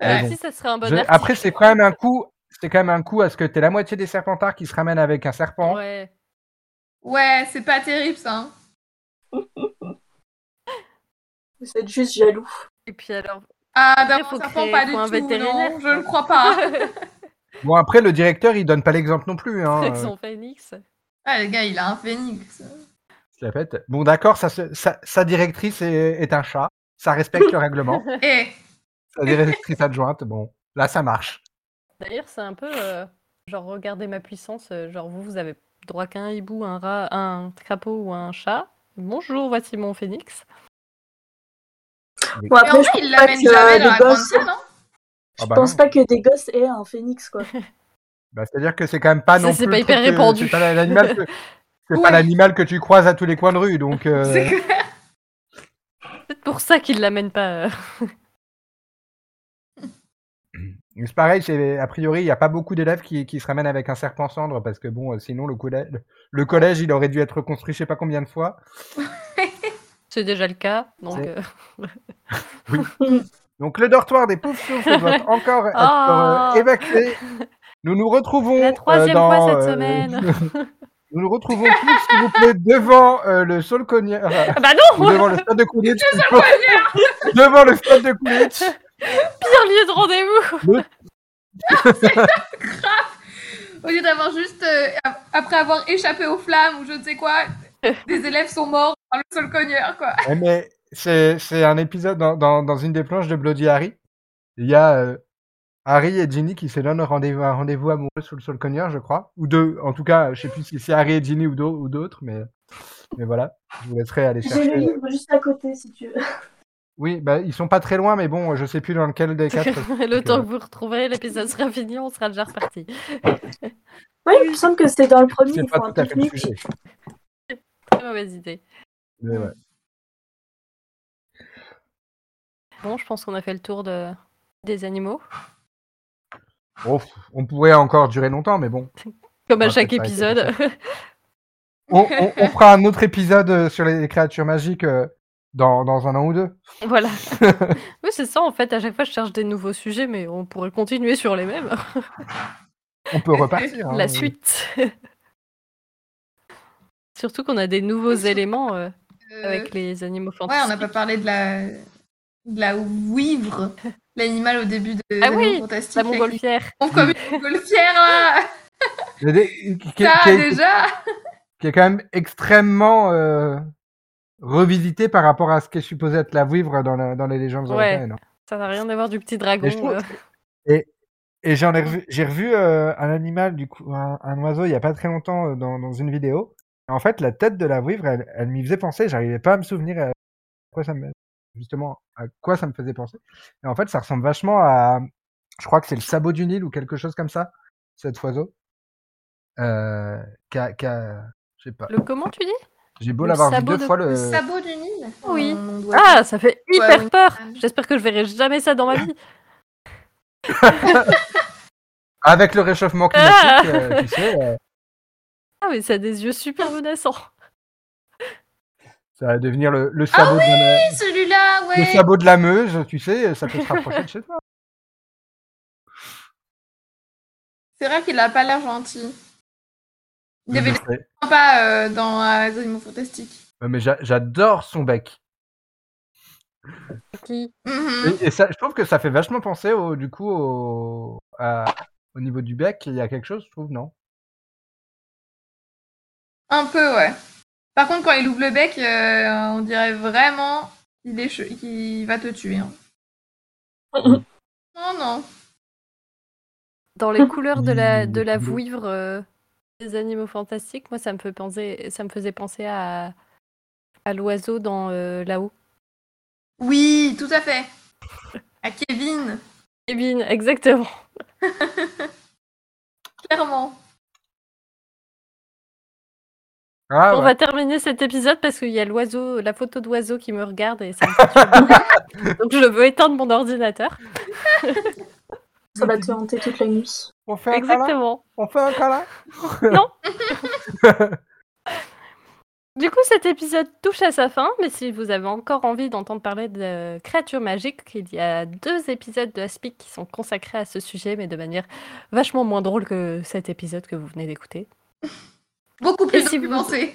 [SPEAKER 2] Mais
[SPEAKER 4] Ouais.
[SPEAKER 2] bon.
[SPEAKER 1] Si ça serait un bon
[SPEAKER 2] Je-
[SPEAKER 1] article.
[SPEAKER 2] Après, c'est quand même un coup. C'est quand même un coup à ce que t'es la moitié des serpentards qui se ramènent avec un serpent.
[SPEAKER 1] Ouais.
[SPEAKER 4] Ouais, c'est pas terrible ça. hein.
[SPEAKER 3] Vous êtes juste jaloux.
[SPEAKER 1] Et puis alors,
[SPEAKER 4] Ah,
[SPEAKER 1] Après,
[SPEAKER 4] d'un
[SPEAKER 1] faut
[SPEAKER 4] serpent,
[SPEAKER 1] créer-
[SPEAKER 4] pas
[SPEAKER 1] faut
[SPEAKER 4] du
[SPEAKER 1] un
[SPEAKER 4] tout.
[SPEAKER 1] vétérinaire,
[SPEAKER 4] Non, je
[SPEAKER 1] quoi.
[SPEAKER 4] ne crois pas.
[SPEAKER 2] Bon, après, le directeur, il donne pas l'exemple non plus. Hein,
[SPEAKER 1] avec
[SPEAKER 2] euh,
[SPEAKER 1] son phénix.
[SPEAKER 4] Ah, les gars, il a un phénix.
[SPEAKER 2] je la pète. Bon, d'accord, ça se- sa, sa directrice est, est un chat. Ça respecte le règlement.
[SPEAKER 4] Eh,
[SPEAKER 2] Sa directrice adjointe, bon, là, ça marche.
[SPEAKER 1] D'ailleurs, c'est un peu euh, genre regardez ma puissance, euh, genre vous vous avez droit qu'à un hibou, un rat, un crapaud ou un chat. Bonjour, voici mon phénix.
[SPEAKER 3] Bon,
[SPEAKER 4] mais en
[SPEAKER 3] après, je
[SPEAKER 4] vrai,
[SPEAKER 3] pense
[SPEAKER 4] il
[SPEAKER 3] pas
[SPEAKER 4] l'amène
[SPEAKER 3] que
[SPEAKER 4] jamais
[SPEAKER 3] euh,
[SPEAKER 4] dans la
[SPEAKER 3] des
[SPEAKER 4] grande
[SPEAKER 3] gosses,
[SPEAKER 4] salle, hein.
[SPEAKER 2] Ah
[SPEAKER 3] je
[SPEAKER 2] bah
[SPEAKER 3] pense
[SPEAKER 2] non.
[SPEAKER 3] pas que des gosses aient un phoenix, quoi.
[SPEAKER 2] Bah, C'est-à-dire que c'est quand même pas
[SPEAKER 1] C'est-
[SPEAKER 2] non
[SPEAKER 1] c'est
[SPEAKER 2] plus.
[SPEAKER 1] pas hyper
[SPEAKER 2] le truc que-
[SPEAKER 1] répandu.
[SPEAKER 2] C'est pas l'animal que, c'est pas
[SPEAKER 4] Ouais.
[SPEAKER 2] l'animal que tu croises à tous les coins de rue. Donc, euh,
[SPEAKER 4] C'est que-
[SPEAKER 1] Peut-être pour ça qu'il l'amène pas. euh.
[SPEAKER 2] Mais c'est pareil, c'est- a priori, il n'y a pas beaucoup d'élèves qui, qui se ramènent avec un serpent cendre parce que bon, euh, sinon le collège, le collège, il aurait dû être reconstruit je sais pas combien de fois.
[SPEAKER 1] C'est déjà le cas, donc.
[SPEAKER 2] C'est-
[SPEAKER 1] euh,
[SPEAKER 2] Donc le dortoir des pauvres souffles va encore être
[SPEAKER 1] Oh.
[SPEAKER 2] euh, évacué. Nous nous retrouvons
[SPEAKER 1] La
[SPEAKER 2] euh,
[SPEAKER 1] troisième
[SPEAKER 2] dans,
[SPEAKER 1] fois cette
[SPEAKER 2] euh,
[SPEAKER 1] semaine.
[SPEAKER 2] Nous nous retrouvons tous, s'il vous plaît, devant euh, le sol cognard, euh,
[SPEAKER 1] Ah bah
[SPEAKER 2] ou
[SPEAKER 1] non,
[SPEAKER 2] devant le stade de Coulitch. devant le stade de Coulitch.
[SPEAKER 1] pire lieu de rendez-vous.
[SPEAKER 4] Au lieu d'avoir juste, euh, ap- après avoir échappé aux flammes ou je ne sais quoi, des élèves sont morts par le sol cogneur, quoi.
[SPEAKER 2] Ouais, Eh, mais c'est c'est un épisode dans, dans, dans une des planches de Bloody Harry. Il y a euh, Harry et Ginny qui se donnent rendez-vous- un rendez-vous amoureux sous le sol cogneur, je crois. Ou deux, en tout cas, je sais plus si c'est Harry et Ginny ou d'au- ou d'autres, mais, mais voilà, je vous laisserai aller
[SPEAKER 3] J'ai le
[SPEAKER 2] chercher.
[SPEAKER 3] livre juste à côté, si tu veux.
[SPEAKER 2] Oui, bah, ils sont pas très loin, mais bon, je sais plus dans lequel des quatre. euh.
[SPEAKER 1] Le temps que vous retrouvez, l'épisode sera fini, on sera déjà reparti.
[SPEAKER 3] Oui, il me semble que c'est dans le premier,
[SPEAKER 2] C'est
[SPEAKER 3] ils
[SPEAKER 2] pas
[SPEAKER 3] font un
[SPEAKER 2] tout à fait le
[SPEAKER 3] pique-nique.
[SPEAKER 2] sujet.
[SPEAKER 1] Très mauvaise idée.
[SPEAKER 2] mais ouais.
[SPEAKER 1] Bon, je pense qu'on a fait le tour de... des animaux.
[SPEAKER 2] Oh, pff, on pourrait encore durer longtemps, mais bon.
[SPEAKER 1] Comme à
[SPEAKER 2] Ouais,
[SPEAKER 1] chaque
[SPEAKER 2] peut-être ça a été
[SPEAKER 1] épisode.
[SPEAKER 2] On, on- on fera un autre épisode euh, sur les créatures magiques euh, dans, dans un an ou deux.
[SPEAKER 1] voilà. oui, c'est ça, en fait. À chaque fois, je cherche des nouveaux sujets, mais on pourrait continuer sur les mêmes.
[SPEAKER 2] On peut repartir. hein.
[SPEAKER 1] La suite. Surtout qu'on a des nouveaux
[SPEAKER 4] surtout-
[SPEAKER 1] éléments euh,
[SPEAKER 4] Euh,
[SPEAKER 1] avec les animaux
[SPEAKER 4] Ouais, on
[SPEAKER 1] fantastiques.
[SPEAKER 4] n'a pas parlé de la, de la wivre, l'animal au début de
[SPEAKER 1] Ah
[SPEAKER 4] des
[SPEAKER 1] oui,
[SPEAKER 4] Animaux Fantastiques,
[SPEAKER 1] La
[SPEAKER 4] là, qui
[SPEAKER 1] montgolfière.
[SPEAKER 4] tombe comme
[SPEAKER 2] Mm.
[SPEAKER 4] une montgolfière, là.
[SPEAKER 2] Mais des- qui- qui-
[SPEAKER 4] Ça,
[SPEAKER 2] qui-
[SPEAKER 4] déjà.
[SPEAKER 2] qui est quand même extrêmement euh, revisité par rapport à ce qui est supposé être la vivre dans, la- dans les légendes
[SPEAKER 1] Ouais.
[SPEAKER 2] européennes. hein.
[SPEAKER 1] Ça n'a rien à voir du petit
[SPEAKER 2] Et je
[SPEAKER 1] dragon.
[SPEAKER 2] trouve-
[SPEAKER 1] euh.
[SPEAKER 2] Et j'en ai revu, j'ai revu euh, un animal, du coup, un, un oiseau, il y a pas très longtemps euh, dans, dans une vidéo. En fait, la tête de la vivre, elle, elle m'y faisait penser. J'arrivais pas à me souvenir euh, à quoi ça me, justement à quoi ça me faisait penser. Et en fait, ça ressemble vachement à, je crois que c'est le sabot du Nil ou quelque chose comme ça, cet oiseau. Euh, qui a- qui a- je sais pas.
[SPEAKER 1] Le comment tu dis
[SPEAKER 2] J'ai beau
[SPEAKER 1] le
[SPEAKER 2] l'avoir vu
[SPEAKER 1] sabot
[SPEAKER 2] deux
[SPEAKER 1] de-
[SPEAKER 2] fois
[SPEAKER 4] Le
[SPEAKER 2] le.
[SPEAKER 4] sabot du Nil.
[SPEAKER 1] Oui.
[SPEAKER 4] On- on doit-
[SPEAKER 1] Ah, ça fait hyper
[SPEAKER 4] Ah oui.
[SPEAKER 1] peur. J'espère que je verrai jamais ça dans ma vie.
[SPEAKER 2] Avec le réchauffement
[SPEAKER 1] Ah
[SPEAKER 2] climatique, euh, tu sais, euh,
[SPEAKER 1] Ah, mais ça a des yeux super menaçants.
[SPEAKER 2] ça va devenir le,
[SPEAKER 1] Ah
[SPEAKER 2] le sabot de la,
[SPEAKER 4] Oui, celui-là,
[SPEAKER 2] le
[SPEAKER 4] ouais.
[SPEAKER 2] sabot de la Meuse, tu sais, euh, ça peut se rapprocher de chez toi.
[SPEAKER 4] C'est vrai qu'il n'a pas l'air gentil. Il y avait
[SPEAKER 2] Je
[SPEAKER 4] des
[SPEAKER 2] sais.
[SPEAKER 4] sympas euh, dans euh, les Animaux Fantastiques.
[SPEAKER 2] Ouais, Mais j'a- j'adore son bec.
[SPEAKER 1] Qui Hein
[SPEAKER 4] Mhm.
[SPEAKER 2] Et, et ça, je trouve que ça fait vachement penser au, du coup au, à- au niveau du bec. Il y a quelque chose, je trouve, non
[SPEAKER 4] Un peu, ouais. Par contre, quand il ouvre le bec, euh, on dirait vraiment qu'il est che- qu'il va te tuer. hein.
[SPEAKER 2] Mm.
[SPEAKER 3] Mhm.
[SPEAKER 4] Non, non.
[SPEAKER 1] dans les couleurs de la
[SPEAKER 2] Mmh,
[SPEAKER 1] de la
[SPEAKER 2] bleu.
[SPEAKER 1] vouivre euh, des animaux fantastiques, moi ça me fait penser ça me faisait penser à à l'oiseau dans euh, là-haut.
[SPEAKER 4] Oui, tout à fait. À Kevin,
[SPEAKER 1] Kevin, exactement.
[SPEAKER 4] clairement.
[SPEAKER 2] Ah,
[SPEAKER 1] On
[SPEAKER 2] ouais.
[SPEAKER 1] va terminer cet épisode parce qu'il y a l'oiseau, la photo d'oiseau qui me regarde et ça me perturbe. Donc je veux éteindre mon ordinateur.
[SPEAKER 3] Ça va te hanter toute la nuit.
[SPEAKER 2] On fait un câlin
[SPEAKER 1] Exactement.
[SPEAKER 2] On fait un câlin
[SPEAKER 1] Du coup, cet épisode touche à sa fin, mais si vous avez encore envie d'entendre parler de créatures magiques, il y a deux épisodes de Aspic qui sont consacrés à ce sujet, mais de manière vachement moins drôle que cet épisode que vous venez d'écouter.
[SPEAKER 4] Beaucoup plus
[SPEAKER 1] Et si vous-
[SPEAKER 4] documenté.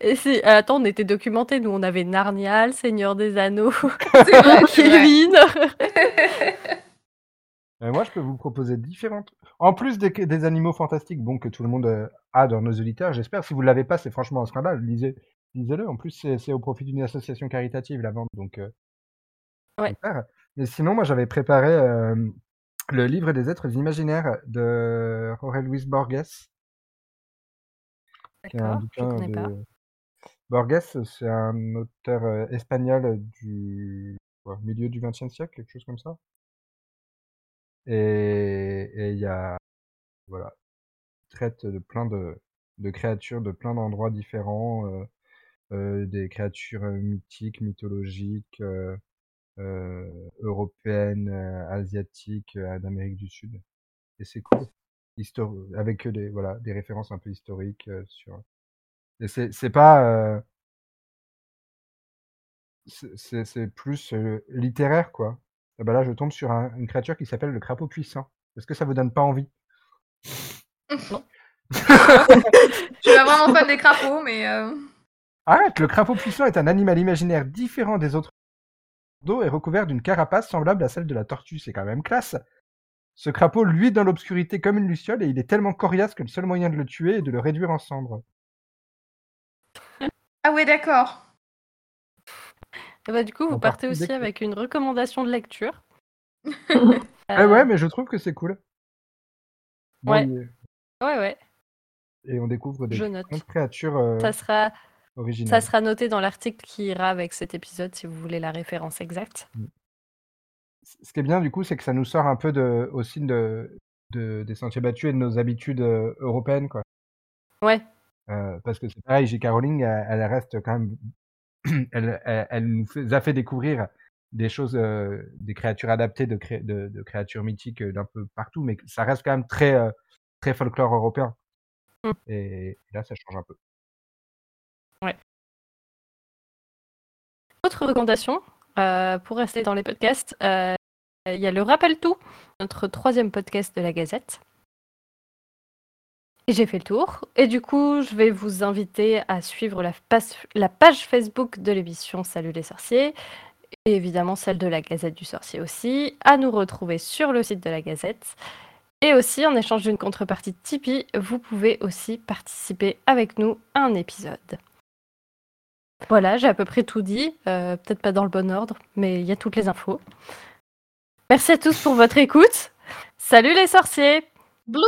[SPEAKER 1] Et si, attends, on était documentés, nous on avait Narnia, le Seigneur des Anneaux,
[SPEAKER 4] C'est vrai, c'est vrai.
[SPEAKER 1] Kevin.
[SPEAKER 2] Euh, Moi, je peux vous proposer différentes. En plus des, des animaux fantastiques bon, que tout le monde euh, a dans nos auditeurs, j'espère. Si vous ne l'avez pas, c'est franchement un scandale. Lisez- Lisez-le. en plus, c'est c'est au profit d'une association caritative, la vente. Donc, euh,
[SPEAKER 1] Ouais.
[SPEAKER 2] super. Mais sinon, moi, j'avais préparé euh, le livre des êtres imaginaires de Jorge Luis Borges. qui est un
[SPEAKER 1] D'accord, je
[SPEAKER 2] bouquin
[SPEAKER 1] connais pas.
[SPEAKER 2] de- Borges, c'est un auteur euh, espagnol du quoi, milieu du XXe siècle, quelque chose comme ça. Et et il y a voilà, il traite de plein de, de créatures de plein d'endroits différents, euh, euh, des créatures euh, mythiques, mythologiques, euh, euh, européennes, euh, asiatiques, euh, d'Amérique du Sud. Et c'est cool. Histo- avec euh, des voilà des références un peu historiques euh, sur et c'est c'est pas. euh, c'est- c'est c'est plus euh, littéraire, quoi. Ah bah là, je tombe sur un- une créature qui s'appelle le crapaud puissant. Est-ce que ça vous donne pas envie
[SPEAKER 4] Je suis pas vraiment fan des crapauds, mais euh,
[SPEAKER 2] Arrête Le crapaud puissant est un animal imaginaire différent des autres. D'eau est recouvert d'une carapace semblable à celle de la tortue. C'est quand même classe. Ce crapaud luit dans l'obscurité comme une luciole et il est tellement coriace que le seul moyen de le tuer est de le réduire en cendres.
[SPEAKER 4] ah ouais, d'accord.
[SPEAKER 1] Et bah, du coup, vous
[SPEAKER 2] On
[SPEAKER 1] partez
[SPEAKER 2] partit
[SPEAKER 1] aussi
[SPEAKER 2] dès que-
[SPEAKER 1] avec une recommandation de lecture.
[SPEAKER 2] Eh
[SPEAKER 1] Euh,
[SPEAKER 2] Ah ouais, mais je trouve que c'est cool. Bon,
[SPEAKER 1] Ouais.
[SPEAKER 2] il-
[SPEAKER 1] ouais, ouais,
[SPEAKER 2] Et on découvre des
[SPEAKER 1] je note.
[SPEAKER 2] créatures euh,
[SPEAKER 1] Ça sera, ça
[SPEAKER 2] originales.
[SPEAKER 1] sera noté dans l'article qui ira avec cet épisode si vous voulez la référence exacte.
[SPEAKER 2] c- ce qui est bien du coup, c'est que ça nous sort un peu de, aussi de, de- des sentiers battus et de nos habitudes euh, européennes, quoi.
[SPEAKER 1] Ouais.
[SPEAKER 2] Euh, parce que c'est pareil, J.K. Rowling, elle, elle reste quand même, elle, elle- elle nous fait- nous a fait découvrir des choses, euh, des créatures adaptées, de, cré- de, de créatures mythiques euh, d'un peu partout, mais que ça reste quand même très, euh, très folklore européen.
[SPEAKER 1] Mm.
[SPEAKER 2] Et là, ça change un peu.
[SPEAKER 1] Autre recommandation, euh, pour rester dans les podcasts, euh, il y a le Rappel Tout, notre troisième podcast de la Gazette. Et j'ai fait le tour. Et du coup, je vais vous inviter à suivre la, pas- la page Facebook de l'émission Salut les sorciers. Et évidemment, celle de la Gazette du Sorcier aussi. À nous retrouver sur le site de la Gazette. Et aussi, en échange d'une contrepartie Tipeee, vous pouvez aussi participer avec nous à un épisode. Voilà, j'ai à peu près tout dit. Euh, Peut-être pas dans le bon ordre, mais il y a toutes les infos. Merci à tous pour votre écoute. Salut les sorciers
[SPEAKER 4] Blue